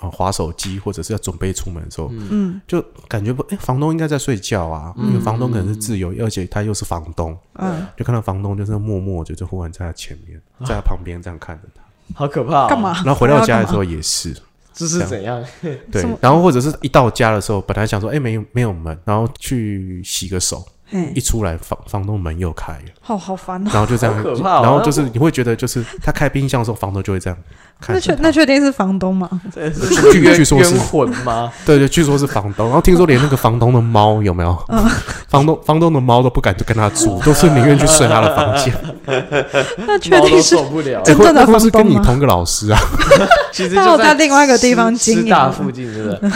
S3: 啊划手机，或者是要准备出门的时候，
S2: 嗯，
S3: 就感觉不，哎、房东应该在睡觉啊，因为房东可能是自由，而且他又是房东，
S2: 嗯，
S3: 就看到房东就是默默地就是忽然在他前面，在他旁边这样看着他，
S1: 好可怕哦。
S2: 干嘛？
S3: 然后回到家的时
S2: 候，
S3: 候也是，
S1: 这是怎样？
S3: 对
S2: 什么，
S3: 然后或者是一到家的时候，本来想说，哎、没有没有门，然后去洗个手，
S2: 嘿
S3: 一，出来房房东门又开了。
S2: 好好烦哦。
S3: 然后就这样，
S1: 好可怕哦
S3: 然后就是你会觉得，就是他开冰箱的时候，房东就会这样看 着
S2: 那确
S3: 他。
S2: 那确定是房 东吗？
S1: 这是
S3: 据
S1: 冤
S3: 据说是
S1: 冤魂吗？
S3: 对对，据说是房东，然后听说连那个房东的猫有没有？
S2: 嗯
S3: 房东房东的猫都不敢就跟他住，都是宁愿去睡他的房 间。
S2: 那 确
S1: 猫
S2: 定
S1: 都
S2: 是
S1: 受不了
S2: 这。真正的
S3: 哎会会不会是跟
S2: 房东
S3: 你
S2: 吗
S3: 同个老师 啊？
S1: 其实
S2: 它
S1: 就
S2: 有在另外一个地方
S1: 师
S2: 经营
S1: 师大 附近，是不是？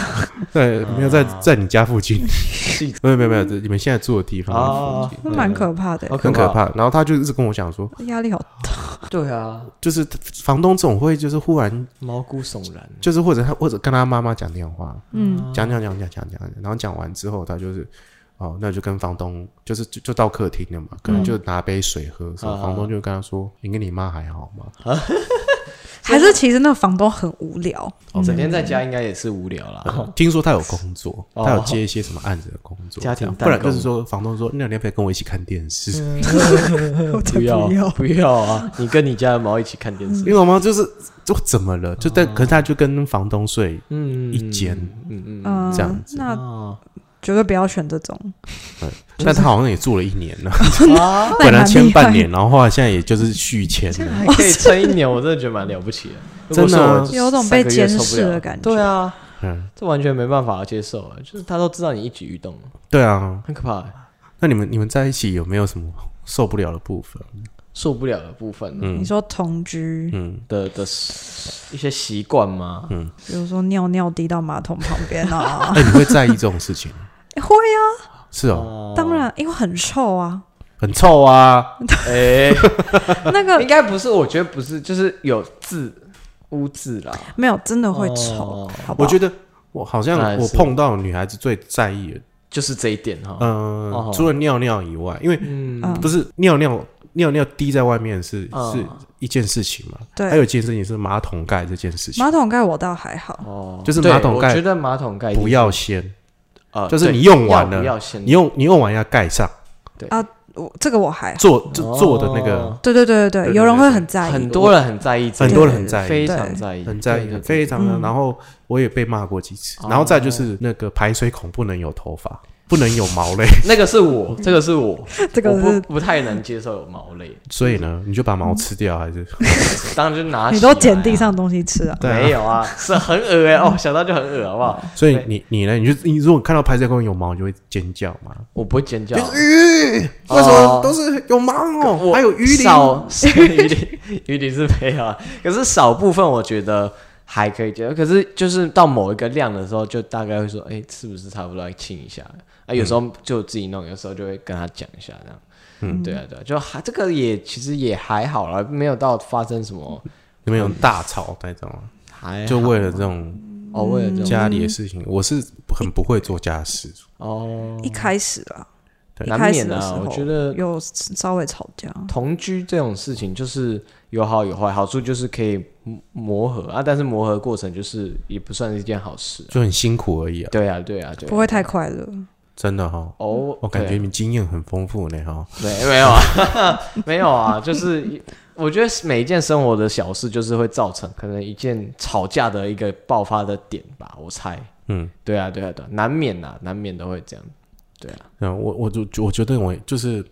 S3: 对，没有在在你家附近。没有没有没有，这你们现在住的地地方的风景，
S2: 那蛮可怕的欸，
S1: 好
S3: 很可怕。然后他就一直跟我讲说，
S2: 压力好大。
S1: 对啊，
S3: 就是房东总会就是忽然
S1: 毛骨悚然。
S3: 就是或者他或者跟他妈妈讲电话，
S2: 嗯，
S3: 讲讲讲讲讲讲，然后讲完之后他就是。哦，那就跟房东，就是就就到客厅了嘛，可能就拿杯水喝。什么
S1: 嗯啊
S3: 房东就跟他说：“你跟你妈还好吗
S2: 还是其实那个房东很无聊，
S1: 哦整天在家应该也是无聊啦，？”
S3: 听说他有工作，
S1: 啊哦
S3: 他有接一些什么案子的工作，
S1: 家庭
S3: 这样
S1: 代
S3: 不然就
S1: 工嗯
S3: 是说房东说：“那你要不要跟我一起看电视？”
S2: 我才
S1: 不要
S2: 不要。
S1: 不要啊！你跟你家的猫一起看电视
S3: 因，为我妈就是就怎么了，就
S1: 哦
S3: 但、可是她就跟房东睡
S1: 嗯，
S3: 一间，
S1: 嗯嗯
S2: 嗯
S3: 这样，子
S2: 那
S1: 哦
S2: 绝对不要选这种。
S3: 但她好像也住了一年了，
S1: 啊，
S2: 那也
S3: 本来
S2: 蛮
S3: 签
S2: 厉害
S3: 半年，然后后来现在也就是续签
S1: 这样
S3: 了。
S1: 还可以撑一年，我真的觉得蛮了不起的。
S3: 真的啊
S1: 如果是我
S2: 有种被监
S1: 三个月
S2: 视
S1: 受不了
S2: 的感觉
S1: 对啊，
S3: 嗯，
S1: 这完全没办法接受啊！就是他都知道你一举一动，
S3: 对啊。
S1: 很可怕欸，
S3: 那你们你们在一起有没有什么受不了的部分？
S1: 受不了的部分
S2: 你说同居，
S3: 嗯，
S1: 的的一些习惯吗？
S2: 比如说尿尿滴到马桶旁边 啊，
S3: 哎、你会在意这种事情？
S2: 欸会啊，
S3: 是哦，
S1: 哦
S2: 当然，因为很臭啊。
S3: 很臭啊，
S1: 哎，
S2: 那个
S1: 应该不是，我觉得不是，就是有字污渍啦。
S2: 没有，真的会臭
S1: 哦，
S2: 好不
S3: 我
S2: 好？
S3: 觉得。我好
S1: 当然
S3: 像我
S1: 是
S3: 碰到女孩子最在意的，
S1: 就是这一点哈。
S3: 嗯、
S1: 哦
S3: 除了尿尿以外，因为
S1: 嗯
S2: 嗯
S3: 不是尿尿尿尿滴在外面是、
S1: 嗯
S3: 是一件事情嘛，
S2: 对
S3: 还有一件事情是马桶盖这件事情，
S2: 马桶盖我倒还好，
S1: 哦，
S3: 就是
S1: 对
S3: 马桶盖
S1: 我觉得马桶盖一定
S3: 不要先，
S1: 呃，
S3: 就是
S1: 对
S3: 你用完
S1: 要不
S3: 了
S1: 要，先
S3: 你用你用完要盖上，
S1: 哦
S2: 我这个我还好。
S3: 做就做的那个
S1: 哦
S2: 对对对对
S3: 对对
S2: 对，有人会很在意，
S1: 很多人很在意这个，
S3: 很多人很在意
S1: 非常在意，
S3: 很在
S1: 对
S3: 意
S1: 对，嗯对
S3: 非常的。然后我也被骂过几次，然后再
S1: 哦
S3: 就是那个排水孔不能有头发，不能有毛类，
S1: 那个是我，这个是我，
S2: 我 这
S1: 我
S2: 个
S1: 不
S2: 是
S1: 不太能接受有毛类，
S3: 所以呢，
S1: 嗯
S3: 你就把毛吃掉还是？
S1: 当然就拿
S2: 你
S1: 起来
S2: 都
S1: 啊
S2: 捡地上东西吃啊。
S3: 对啊
S1: 没 有啊，是很恶哎哦，想到就很恶，好不好？
S3: 所以
S1: 对
S3: 你你呢？你就你如果看到排水孔有毛，你就会尖叫嘛？
S1: 我不会尖叫，
S3: 为
S1: 什么都
S3: 是有毛
S1: 啊我少 鱼鳞，鱼鳞是没有啊。可是少部分我觉得还可以接受，可是就是到某一个量的时候，就大概会说，哎、是不是差不多要清一下？啊，有时候就自己弄，有时候就会跟他讲一下这样。嗯，对啊，对啊，就还这个也其实也还好啦，没有到发生什么
S3: 你们有大吵那种吗？
S1: 还好
S3: 就为了这种
S1: 哦为了这种
S3: 家里的事情，我是很不会做家事。
S1: 哦，
S2: 一开始啊，
S3: 对
S2: 一
S1: 难
S2: 开始
S1: 免
S2: 的时
S1: 啊，
S2: 候
S1: 我觉得
S2: 有稍微吵架，
S1: 同居这种事情就是有好有坏，好处就是可以磨磨合啊，但是磨合过程就是也不算是一件好事啊、
S3: 就很辛苦而已啊，
S1: 对啊，对啊，对啊
S2: 不会太快乐。
S3: 真的哈。
S1: 哦，
S3: 我感觉
S1: 对
S3: 你们经验很丰富呢哈。
S1: 没 没有啊，没有啊，就是我觉得每一件生活的小事，就是会造成可能一件吵架的一个爆发的点吧，我猜。
S3: 嗯，
S1: 对啊，对啊，对啊，难免呐、难免都会这样。对啊，
S3: 嗯，我我就我觉得我就是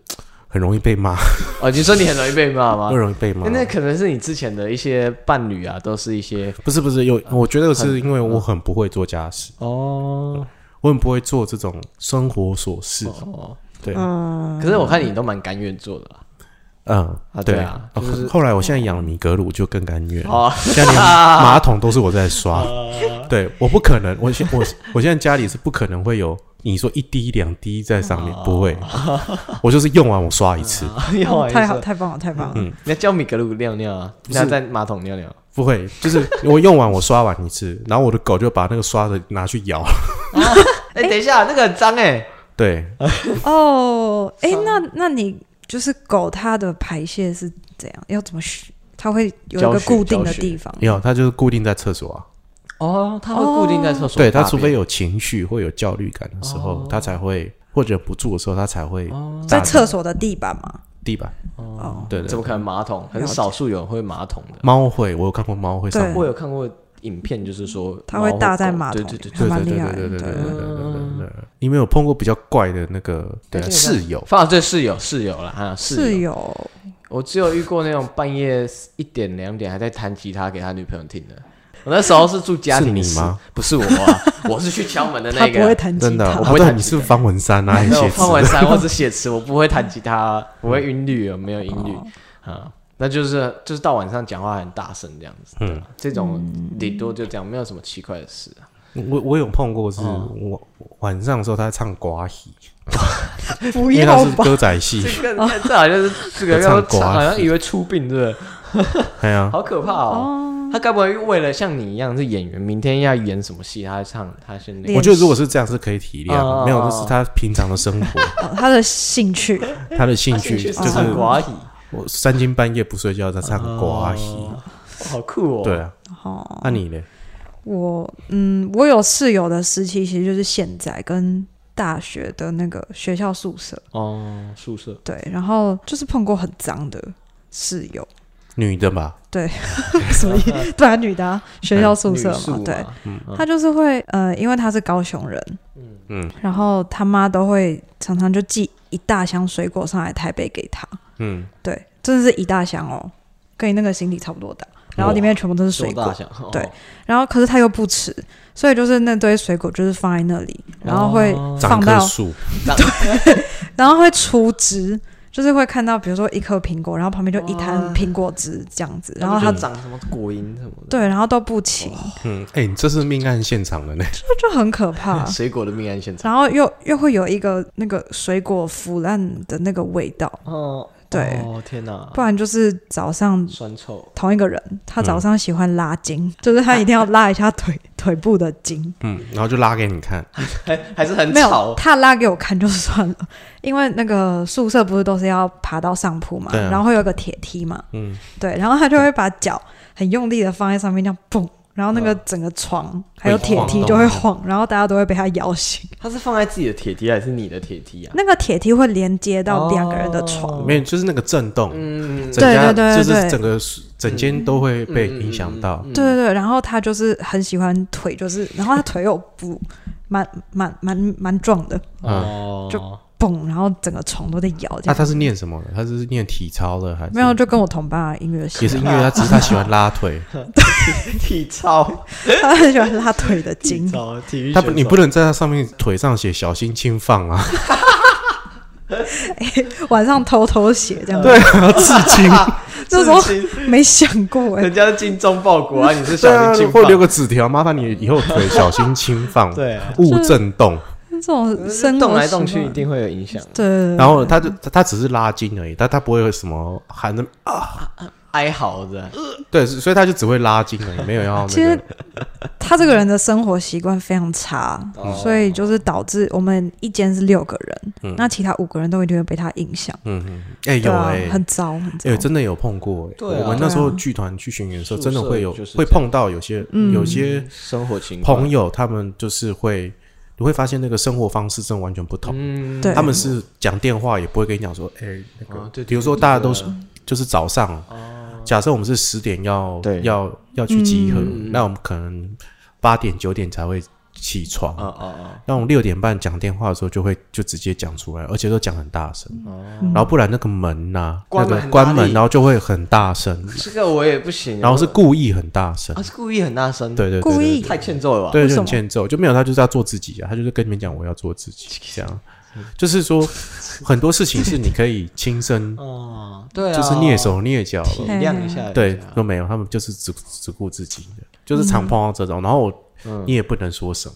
S3: 很容易被骂，
S1: 哦，你说你很容易被骂吗
S3: 很？容易被骂
S1: 欸。那可能是你之前的一些伴侣啊，都是一些
S3: 不是不是，有我觉得是因为我很不会做家事，
S1: 哦
S3: 我很不会做这种生活琐事。
S1: 哦，
S3: 对，
S2: 嗯，
S1: 可是我看你都蛮甘愿做的啦。
S3: 嗯
S1: 啊，对
S3: 对
S1: 啊
S3: 哦
S1: 就是
S3: 后来我现在养了米格鲁，就更甘愿。
S1: 哦，
S3: 现 在连马桶都是我在刷。对，我不可能，我现我我现在家里是不可能会有你说一滴两滴在上
S1: 哦
S3: 面，不会，我就是用完我刷一次，
S1: 要
S2: 哦
S1: 玩
S2: 太
S1: 一
S2: 好
S1: 下，
S2: 太棒了太棒了。
S1: 你要叫米格鲁尿尿啊，
S3: 是
S1: 那在马桶尿啊尿。
S3: 不会，就是我用完我刷完一次，然后我的狗就把那个刷的拿去咬。
S1: 哎，等一下，那个很脏哎。
S3: 对，
S2: 哦，哎，那那你就是狗它的排泄是怎样？要怎么选？它会有一
S1: 教
S2: 个
S1: 学
S2: 固定
S1: 教
S2: 的
S1: 学
S2: 地方，
S3: 没有，它就是固定在厕所啊。
S1: 哦，它会固定在厕所大
S3: 对，
S1: 便。哦
S3: 它除非有情绪或有焦虑感的时候，它才会或者不住的时候，它才会
S2: 在厕所的地板嘛。
S3: 地板。
S2: 哦，
S3: 对对
S1: 怎么可能马桶？很
S2: 了解
S1: 少数有人会马桶的。
S3: 猫会，我有看过猫会上
S2: 对
S1: 我有看过影片，就是说
S2: 它会
S1: 猫
S2: 搭在
S1: 狗
S2: 马桶
S1: 对对
S2: 里
S1: 对
S3: 对对
S2: 还蛮
S3: 对对
S2: 厉害的
S3: 对对对对
S2: 对
S3: 对对对。你没有碰过比较怪的那个对啊
S1: 对对对
S3: 室友
S1: 对，？反正对室友室友啦，哈室
S2: 室
S1: 友，
S2: 友
S1: 我只有遇过那种半夜一点两点还在弹吉他给他女朋友听的。我那时候是住家庭
S3: 是你
S1: 式
S3: 吗？
S1: 不是我啊，我是去敲门的
S2: 它
S1: 那
S2: 不会
S1: 个。啊
S2: 弹吉
S3: 真的，啊
S1: 我
S2: 他
S3: 我
S1: 不
S3: 不
S1: 会
S3: 知道
S1: 弹
S3: 你
S1: 吉
S3: 是不是方文山啊， 一
S1: 没有
S3: 些
S1: 我放完山或是写词，我不会弹吉他，我会音律，没有音律啊。那就是就是到晚上讲话很大声这样子，对吧这种
S2: 嗯
S1: 顶多就这样，没有什么奇怪的事啊。
S3: 我我有碰过，是我晚上的时候他在唱瓜戏，
S2: 不
S3: 因为 它
S2: 要
S3: 是
S2: 吧？
S3: 歌仔戏，
S1: 这个这好像是这个，
S3: 唱
S1: 要
S3: 瓜子
S1: 好像以为出殡，对不对？
S3: 哎呀，
S1: 好可怕哦！
S2: 哦，
S1: 他该不会为了像你一样是演员，明天要演什么戏，他唱他先那
S2: 练
S1: 个
S3: 我觉得如果是这样是可以体谅
S1: 哦
S3: 的，没有，那是他平常的生活，
S2: 哦他的兴趣，
S3: 他的兴趣
S1: 是
S3: 就是
S1: 唱寡语，
S3: 我三更半夜不睡觉在唱瓜戏，
S1: 哦好酷哦！
S3: 对，啊，
S2: 哦，
S3: 那你呢？
S2: 我嗯，我有室友的时期，其实就是现在跟大学的那个学校宿舍，
S1: 哦，宿舍
S2: 对，然后就是碰过很脏的室 友，
S3: 女的吧，
S2: 所以对啊，女的啊、学校宿舍
S1: 哎女宿
S2: 嘛，对，
S3: 嗯
S2: 她就是会呃，因为她是高雄人，
S3: 嗯
S2: 然后他妈都会常常就寄一大箱水果上来台北给她，
S3: 嗯，
S2: 对，真的是一大箱哦，跟你那个行李差不多大，然后里面全部都是水
S1: 多
S2: 果
S1: 大，小哦
S2: 对然后可是他又不吃，所以就是那堆水果就是放在那里，然后会
S1: 哦
S2: 放
S3: 长
S2: 到，
S3: 棵树，
S2: 然后会出汁，就是会看到比如说一颗苹果，然后旁边就一滩
S1: 哇
S2: 苹果汁这样子，然
S1: 然后
S2: 后
S1: 他
S2: 他
S1: 长什么果蝇什么的，。
S2: 对，然后都不清，
S3: 嗯，哎，你这是命案现场的呢，
S2: 就就很可 怕
S1: 水果的命案现场。
S2: 然后又又会有一个那个水果腐烂的那个味道，
S1: 哦，
S2: 对
S1: 哦天哪
S2: 不，然就是早上
S1: 酸臭，
S2: 同一个人，他早上喜欢拉筋，就是他一定要拉一下腿腿部的筋，
S3: 嗯，然后就拉给你看，
S1: 还还是很
S2: 没有，
S1: 吵，
S2: 他拉给我看就算了，因为那个宿舍不是都是要爬到上铺嘛，
S3: 对啊
S2: 然后会有个铁梯嘛，
S3: 嗯，
S2: 对，然后他就会把脚很用力的放在上面，这样蹦，然后那个
S1: 嗯
S2: 整个床还有铁梯就会晃，然后大家都会被他摇醒。
S1: 他是放在自己的铁梯还是你的铁梯啊？
S2: 那个铁梯会连接到两个人的床，
S1: 哦
S3: 没有，就是那个震动，
S1: 嗯，
S3: 整家
S2: 对对对嗯
S3: 就是
S2: 对
S3: 整个整间都会被影响到，
S2: 对对对，然后他就是很喜欢腿，就是然后他腿又不蛮蛮蛮蛮壮的，
S3: 啊
S1: 哦，
S2: 就蹦，然后整个床都在摇这
S3: 那啊
S2: 样。
S3: 他是念什么的？他是念体操的还是？
S2: 没有，就跟我同班啊，音乐系
S3: 也是音乐，他只是他喜欢拉 腿，
S1: 体 操，
S2: 他很喜欢拉腿的
S1: 体
S2: 筋，
S1: 操，体育
S3: 他
S1: 选
S3: 不
S1: 手，
S3: 你不能在他上面腿上写小心轻放啊，
S2: 晚上偷偷写这样。
S3: 对，啊，刺青，
S2: 那时候
S1: 至今
S2: 没想过哎、
S1: 人家是精忠报国啊，你是
S3: 对
S1: 小
S3: 啊
S1: 心轻
S3: 或留
S1: 放，
S3: 个纸条，麻烦你以后腿小心轻放，
S1: 对啊，
S3: 勿震动。
S2: 这种生活
S1: 动来
S2: 习惯
S1: 动去一定会有影响，
S2: 对对，对
S3: 然后他就他他只是拉筋而已，但他不会有什么喊的，
S1: 哀嚎的，
S3: 对，所以他就只会拉筋而已，没有要
S2: 其
S3: 那
S2: 实
S3: 个。
S2: 他这个人的生活习惯非常差，
S1: 哦
S2: 所以就是导致我们一间是六个人，
S3: 嗯
S2: 那其他五个人都一定会被他影响，
S3: 嗯嗯，哎
S2: 对
S3: 有
S2: 啊
S3: 哎，
S2: 很糟很糟。
S3: 哎真的有碰过哎，
S1: 对啊
S3: 我们那时候剧团去巡演的时候，
S1: 宿
S3: 真的
S1: 舍
S3: 会有
S1: 就是
S3: 会
S1: 这样
S3: 碰到有些
S2: 嗯
S3: 有些
S1: 生活情况
S3: 朋，友，他们就是会你会发现那个生活方式真的完全不同。
S1: 嗯，
S2: 对
S3: 他们是讲电话也不会跟你讲说，哎、那个，
S1: 啊对
S3: 比如
S1: 对
S3: 说
S1: 对
S3: 大家
S1: 对哦
S3: 都是就是早上，假设我们是十点要
S1: 对
S3: 要要去集合，
S1: 嗯
S3: 那我们可能八点九点才会起床。
S1: 啊啊啊，
S3: 那我们六点半讲电话的时候，就会就直接讲出来，而且都讲很大声，
S2: 嗯
S3: 然后不然那个门呐、
S1: 哦关
S3: 那
S1: 门
S3: 个
S1: 很
S3: 关
S1: 大
S3: 门，
S1: 力
S3: 然后就会很大声，
S1: 这个我也不行，
S3: 然后是
S1: 我
S3: 故意很大声
S1: 啊，是故意很大声，，
S3: 对对对对
S2: 故意
S1: 太欠揍了吧？
S3: 对，
S2: 为
S3: 就
S2: 什
S3: 很
S2: 么
S3: 欠揍，就没有他就是要做自己啊，他就是跟你们讲我要做自己，这样，就是说很多事情是你可以亲身，
S1: 哦，对啊，
S3: 就是蹑手蹑脚
S1: 体
S3: 了，
S1: 谅一下，啊
S3: 对，都没有，他们就是只只顾自己的，就是常碰到这种，然后我
S1: 嗯
S3: 你也不能说什么，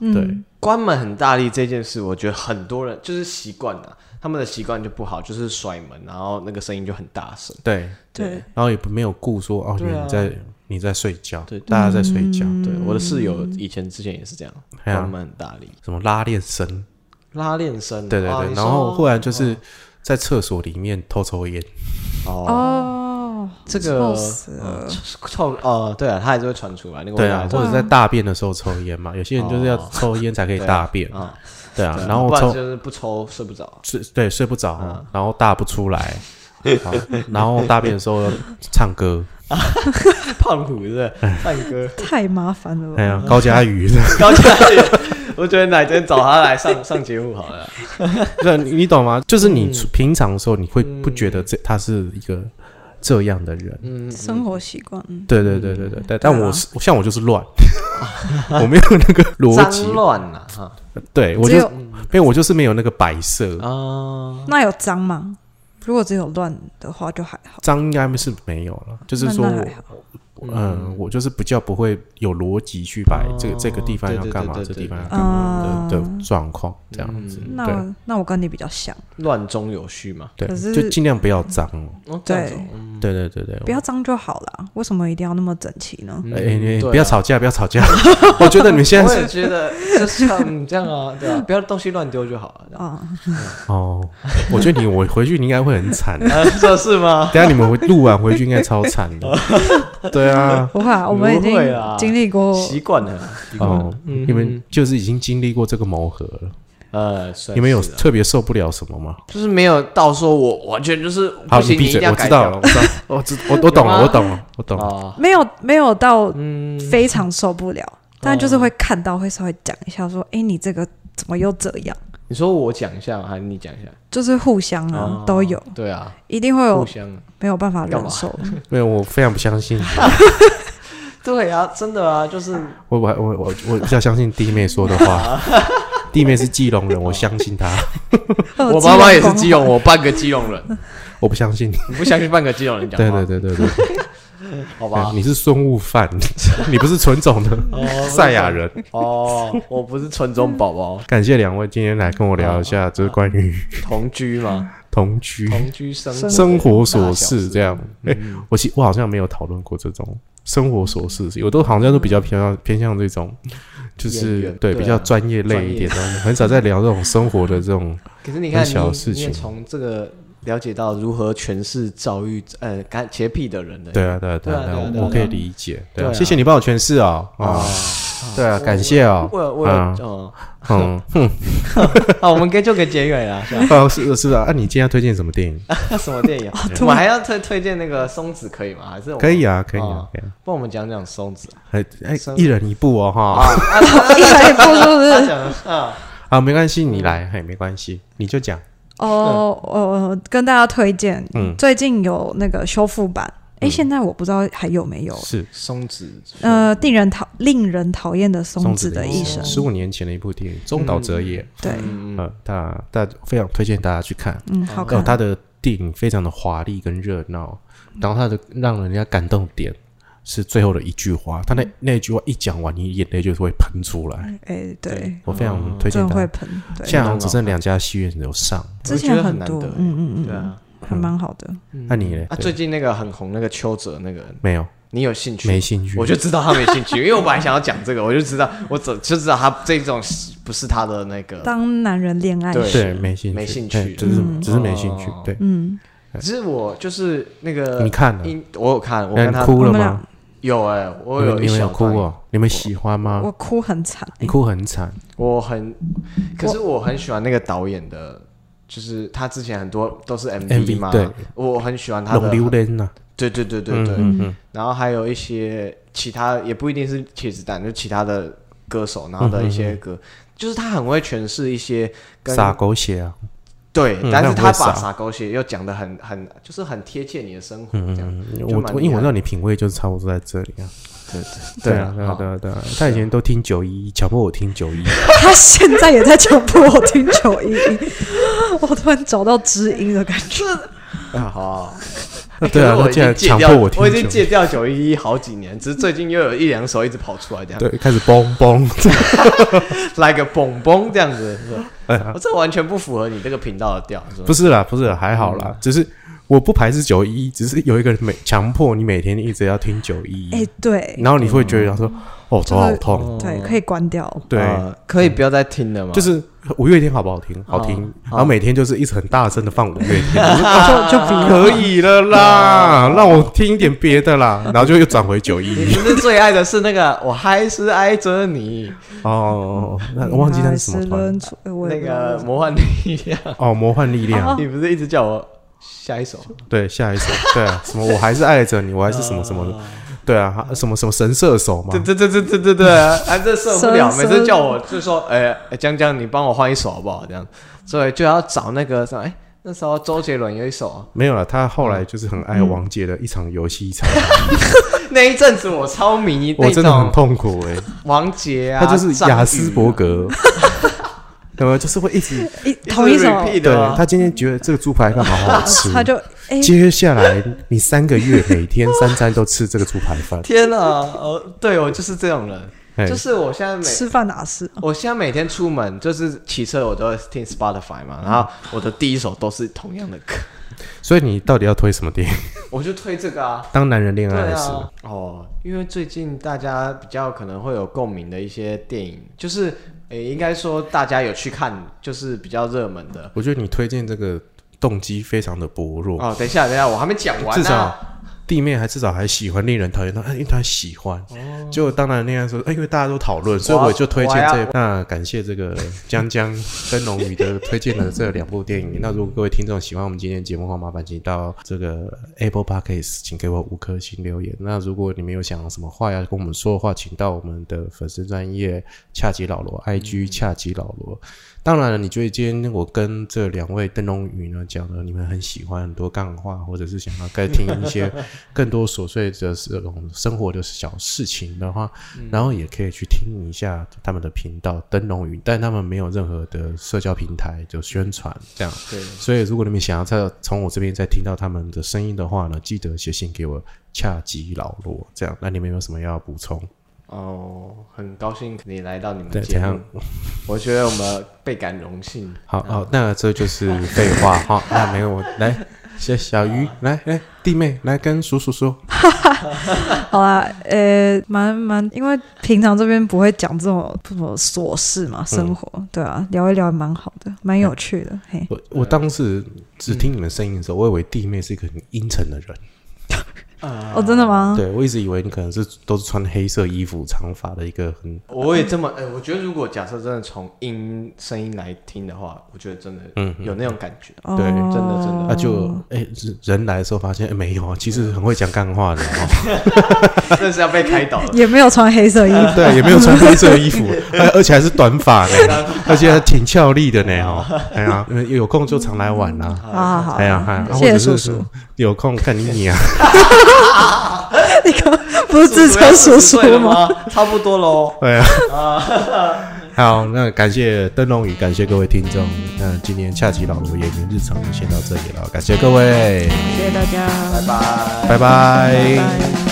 S2: 嗯
S3: 对，
S1: 关门很大力这件事，我觉得很多人就是习惯了，他们的习惯就不好，就是甩门，然后那个声音就很大声。
S3: 对，
S2: 对，
S3: 然后也不没有顾说哦，
S1: 对啊
S3: 原来你在你在睡觉，
S1: 对对嗯
S3: 大家在睡觉，
S1: 对，我的室友以前之前也是这样，
S3: 嗯哎呀
S1: 关门很大力，
S3: 什么拉链声，
S1: 拉链声，啊
S3: 对对
S1: 哇
S3: 对，
S1: 嗯哦你
S3: 然后
S1: 说
S3: 忽然就是在厕所里面偷抽烟，
S1: 哦，
S2: 哦，
S1: 这个
S2: 臭死了
S1: 嗯臭哦，对啊，他还是会传出来那个
S3: 对
S1: 味
S3: 啊
S1: 道，，
S3: 或者在大便的时候抽烟 嘛，有些人就是要
S1: 哦
S3: 抽烟才可以
S1: 对啊
S3: 大便，
S1: 啊，
S3: 对啊
S1: 对，
S3: 然后
S1: 不然
S3: 抽
S1: 就是不嗯抽睡不着，
S3: 睡对睡不着，然后大不出来，好然后大便的时候唱歌，
S1: 胖虎是不是范哥
S2: 太麻烦
S1: 嗯
S2: 了
S3: 哎
S2: 吧。
S3: 呀，高佳 瑜，
S1: 高嘉宇，我觉得哪天找他来上上节目好了，
S3: 对，啊你你懂吗？就是你
S1: 嗯
S3: 平常的时候，你会不觉得这他是一个这样的人？
S1: 嗯，
S2: 生活习惯，嗯
S3: 对对对对对，但
S2: 对啊
S3: 但我是像我就是 乱，我没有那个逻辑
S1: 脏，乱了哈
S3: 对我
S2: 只
S3: 就
S2: 有
S3: 因为我就是没有那个摆设，
S1: 啊，
S2: 那有脏吗？如果只有乱的话就还好，
S3: 脏应该是没有了，就是
S2: 那
S3: 说
S2: 那还
S3: 我
S2: 好。
S3: 嗯，我就是比较不会有逻辑去把这个
S1: 哦
S3: 这个地方
S1: 对
S3: 要
S1: 对
S3: 干嘛，
S1: 对
S3: 这
S1: 对
S3: 地方要
S1: 对嗯
S3: 干嘛的
S2: 对
S3: 的状况这样子，
S2: 那
S3: 对
S2: 我那我跟你比较像，
S1: 乱中有序嘛。
S3: 对
S2: 可是，
S3: 就尽量不要脏哦。
S1: 哦，这样
S2: 对
S1: 子哦，嗯
S3: 对对对对，
S2: 不要脏就好了，为什么一定要那么整齐呢？
S3: 哎、你
S1: 嗯对啊
S3: 不要吵架，不要吵架。 我觉得你们现
S1: 我
S3: 在是
S1: 也觉得就像这样 啊，对啊，不要东西乱丢就好了。这 样
S2: 啊，
S3: 哦，我觉得你我回去你应该会很惨的。
S1: 啊，这是吗？
S3: 等一下你们回录完回去应该超惨的。 对啊，
S2: 不会啊，我们已经
S1: 不会啦
S2: 经历过，
S1: 习惯了，习惯
S3: 哦
S1: 了，。嗯
S3: 你们就是已经经历过这个磨合了，
S1: 呃，算
S3: 你们有
S1: 是啊
S3: 特别受不了什么吗？
S1: 就是没有到说我完全就是
S3: 好，
S1: 不
S3: 你
S1: 行，
S3: 闭
S1: 一定
S3: 嘴，
S1: 要
S3: 我
S1: 改
S3: 知
S1: 掉
S3: 道了， 我知道，我知我我懂了，
S1: 有吗
S3: 我懂了，我懂了。
S1: 啊，
S2: 没有没有到
S1: 嗯，
S2: 非常受不了，但就是会看到，会稍微讲一下，说，哎，你这个怎么又这样？
S1: 你说我讲一下吗还是你讲一下？
S2: 就是互相啊
S1: 哦，
S2: 都有，
S1: 对啊，
S2: 一定会有
S1: 互相啊，
S2: 没有办法
S1: 干嘛
S2: 忍受。
S3: 没有，我非常不相信你。
S1: 对啊，真的啊，就是
S3: 我我我我我比较相信弟妹说的 话。弟妹是基隆人，我相信她，
S1: 我妈妈也是基
S2: 基
S1: 隆，我半个基隆人，
S3: 我不相信你。
S1: 你不相信半个基隆人讲
S3: 对
S1: 话哦
S3: 对，对对对。
S1: 好吧
S3: 嗯？你是孙悟 饭，你不是纯种的
S1: 哦
S3: 赛亚人。
S1: 哦，我不是纯种宝宝，
S3: 感谢两位今天来跟我聊一下，就是关于
S1: 同居 嘛，
S3: 同居
S1: 同居嗯哦生活
S3: 生活琐事这。样。
S1: 大
S3: 哎
S1: 小嗯
S3: 我其我好像没有讨论过这种生活琐事，我都好像都比较偏向偏向这种，就
S1: 嗯演
S3: 是
S1: 员
S3: 对
S1: 对啊
S3: 比较专业类一点的，很少在聊这种生活的这种。
S1: 可是你看，
S3: 很小的
S1: 你
S3: 事
S1: 你也
S3: 情
S1: 从这个了解到如何诠释躁郁呃干洁癖的人的
S3: 对啊，对啊，对
S1: 对啊
S3: 啊，
S1: 对啊
S3: 我我可以理解。对
S1: 对
S3: 啊，
S1: 啊
S3: 谢谢你帮我诠释哦。啊
S1: 啊，，
S3: 对啊，
S1: 我
S3: 感谢哦。
S1: 我有我有
S3: 啊
S1: 嗯，
S3: 嗯，
S1: 好，我们跟就给结尾了，是吧？
S3: 哦，是是啊，那哦你今天要推荐什么电影？
S1: 什么电影？啊 我们还要推推荐那个松子可以吗？还是我们
S3: 可以？啊，可以啊
S1: 哦，
S3: 可以啊。
S1: 帮我们讲讲松子啊
S3: 哎哎
S1: 生，
S3: 一人一部哦
S1: 啊
S3: 哈，
S1: 啊！
S2: 一人一部是 不
S1: 他
S2: 是？
S1: 讲的啊，
S3: 啊没关系，你来，嘿没关系，你就讲
S2: 哦，我跟大家推荐
S3: 嗯，
S2: 最近有那个修复版，
S1: 嗯
S2: 哎，现在我不知道还有没有。
S3: 是
S1: 松子
S2: 呃，令人讨令人讨厌的松子的一
S1: 一
S2: 生
S1: 生，
S3: 十五年前的一部电影《中岛哲也》，
S2: 对，
S1: 嗯
S3: 呃，大大非常推荐大家去看，
S2: 嗯，好
S3: 哦
S2: 看，，
S3: 他的电影非常的华丽跟热闹，然后他的让人家感动点是最后的一句话，他那那句话一讲完，你眼泪就是会喷出来，
S2: 哎，对，
S3: 我非常推荐
S2: 真的
S3: 大家。
S2: 会喷，对，
S3: 现在好像只剩两家戏院有上，
S2: 之前很
S1: 我觉得很难
S2: 多
S1: 得，
S2: 嗯嗯
S1: 对
S2: 嗯
S1: 啊
S2: 嗯，还蛮好的。
S3: 那你呢
S1: 啊！？
S3: 嗯对
S1: 最近那个很红那个邱泽那个，
S3: 没有，
S1: 你有兴趣吗？
S3: 没兴趣。
S1: 我就知道他没兴趣，因 为我本来想要讲这个，我就知道我怎就知道他这种不是他的那个。
S2: 当男人恋爱
S1: 对
S2: 时，
S3: 对没兴趣，
S1: 没兴
S3: 对
S1: 趣
S3: 只是
S2: 嗯
S3: 只是没兴趣
S1: 哦。
S3: 对，
S2: 嗯，
S1: 只是我就是那个
S3: 你看了
S1: 因我有看，我
S3: 那
S1: 跟
S3: 你
S1: 他
S3: 哭
S2: 我
S3: 了
S2: 们
S3: 吗
S2: 俩？
S1: 有哎，我有
S3: 你
S1: 一
S3: 们有
S1: 小
S3: 哭
S1: 段，
S3: 哦？你们喜欢吗
S2: 我？哭很惨，
S3: 你哭很惨，
S1: 我很，可是我很喜欢那个导演的，就是他之前很多都是
S3: MV
S1: 嘛，
S3: 对，
S1: 我很喜欢他
S3: 龙
S1: 的，
S3: 榴莲呐，
S1: 对对对对
S3: 嗯
S1: 对，
S3: 嗯嗯，
S1: 然后还有一些其他也不一定是茄子蛋，就其他的歌手，然后的一些歌，就是他很会诠释一些
S3: 嗯
S1: 跟
S3: 撒狗血啊，
S1: 对，
S3: 嗯
S1: 但
S3: 他
S1: 是他
S3: 很会
S1: 把
S3: 撒
S1: 撒狗血又讲的很很，就是很贴切你的生活这样
S3: 嗯，，
S1: 就
S3: 我
S1: 蛮
S3: 我
S1: 厉
S3: 因为我
S1: 害
S3: 知道你品味就是差不多在这里啊，
S1: 啊对
S3: 啊
S1: 啊，
S3: 对啊
S1: 好
S3: 对啊对啊，他以前都听九一，强迫我听九一，
S2: 他现在也在强迫我听九一一， 我突然找到知音的感觉。
S3: 嗯
S1: 啊好啊，
S3: 对啊，他
S1: 可是我
S3: 竟
S1: 已经
S3: 然
S1: 戒
S3: 强
S1: 掉
S3: 迫我
S1: 我
S3: 听
S1: 已经
S3: 九
S1: 戒
S3: 一，
S1: 掉九一一好几年，只是最近又有一两首一直跑出来这样
S3: 对，开始嘣嘣，
S1: 来个蹦蹦这样子，是吧
S3: 哎呀
S1: 我这完全不符合你这个频道的调，是吧
S3: 不？是啦，不是啦，还好啦，只是我不排斥九一，只是有一个人每强迫你每天一直要听九一，
S2: 哎，对，
S3: 然后你会觉得他说哦头好痛，
S2: 对，可以关掉。
S3: 对，
S1: 呃可以不要再听了吗？
S3: 就是五月天好不好听？好听，然后每天就是一直很大声的放五月天，我说就就可以了啦，让我听一点别的啦，然后就又转回九
S1: 你
S3: 一
S1: 不是最爱的是那个，我还是爱 着你，
S3: 哦，那我忘记那是什么团
S2: 轮出呃我也
S1: 那
S2: 不知道
S1: 个魔幻力量，
S3: 哦，魔幻力量，
S1: 你不是一直叫我下一首？
S3: 对，下一首对啊，什么我还是爱着你，我还是什么什么的，对啊，什么什么神射手嘛
S1: 对，对对对对对对， 啊，这受不了，
S2: 神
S1: 每次叫我就说，哎，哎江江，你帮我换一首好不好？这样，所以就要找那个什么，哎，那时候周杰伦有一首啊，
S3: 没有了，他后来就是很爱王杰的一场游戏一 场，
S1: 那一阵子我超迷
S3: 我
S1: 那
S3: 真的很
S1: 种
S3: 痛苦 哎，
S1: 王杰啊，
S3: 他就是
S1: 张宇啊
S3: 雅斯伯，格， 有没有就是会一直
S2: 一
S1: 一直
S2: 同一首，
S1: repeat
S3: 对
S1: 的啊
S3: 他今天觉得这个猪排饭好好
S2: 啊
S3: 吃，
S2: 他就哎、哎
S3: 接下来你三个月每天三餐都吃这个猪排 饭，
S1: 啊天哪、呃，对我就是这种人，
S3: 哎
S1: 就是我现在每
S2: 吃饭哪是？
S1: 我现在每天出门就是骑车，我都会听 Spotify
S3: 嗯
S1: 嘛，然后我的第一首都是同样的歌，
S3: 所以你到底要推什么电影？
S1: 我就推这个啊。
S3: 当男人恋
S1: 对
S3: 爱时，
S1: 啊，哦，因为最近大家比较可能会有共鸣的一些电影，就是诶、应该说大家有去看，就是比较热门的。
S3: 我觉得你推荐这个动机非常的薄弱，
S1: 哦，等一下，等一下，我还没讲完
S3: 至
S1: 啊呢、
S3: 少弟妹还至少还喜欢令人讨厌，她因为她喜欢。就当然恋爱说，哎因为大家都讨论，所以我就推荐
S1: 我
S3: 这
S1: 要。
S3: 那感谢这个江江跟龙宇的推荐了这两部电影。那如果各位听众喜欢我们今天的节目的话，麻烦请到这个 Apple Podcast，请给我五颗星留言。那如果你们有想什么话要跟我们说的话，请到我们的粉丝专业恰吉老罗 IG 恰吉老罗。当然了，你觉得今天我跟这两位灯笼鱼呢讲了，你们很喜欢很多干话，或者是想要再听一些更多琐碎的这种生活的小事情的话，然后也可以去听一下他们的频道灯笼鱼，但他们没有任何的社交平台就宣传这样。
S1: 对，
S3: 所以，如果你们想要再从我这边再听到他们的声音的话呢，记得写信给我恰吉老罗这样。那你们有没有什么要补充？
S1: 哦，很高兴你来到你们
S3: 对怎
S1: 节目
S3: 样，
S1: 我觉得我们倍感荣幸。
S3: 好好，那这就是废话 哈、那没有我来，小小鱼来来，弟妹来跟叔叔说，
S2: 好啦，呃，蛮蛮，因为平常这边不会讲这种什么琐事嘛，生活、对啊，聊一聊也蛮好的，蛮有趣的，嘿，
S3: 我我当时只听你们声音的时候，我以为弟妹是一个很阴沉的人，
S2: 哦，真的吗？
S3: 对我一直以为你可能是都是穿黑色衣服、长发的一个很
S1: 我也这么， 哎、我觉得如果假设真的从音声音来听的话，我觉得真的有那种感觉。
S2: 哦
S3: 对
S1: 真的真的
S3: 啊就哎、人来的时候发现、哎没有啊，其实很会讲干话的 哦，
S1: 这是要被开导的。
S2: 也没有穿黑色衣 服，
S3: 对，也没有穿黑色衣 服，而而且还是短发呢，而且还挺俏丽的呢 哦，哎呀，有空就常来玩啦、
S2: 好啊好嗯好，
S3: 哎呀，哎呀，
S2: 谢
S3: 或者
S2: 谢
S3: 是
S2: 叔叔，
S3: 有空看你 啊，
S2: 你刚不是 自称叔叔吗？
S1: 吗？差不多喽。
S3: 对啊。好，那感谢灯笼雨，感谢各位听众。那今天恰吉老罗演员日 常就先到这里了，感谢各位，
S2: 谢谢大家，
S1: 拜拜。
S3: 拜拜
S2: 拜拜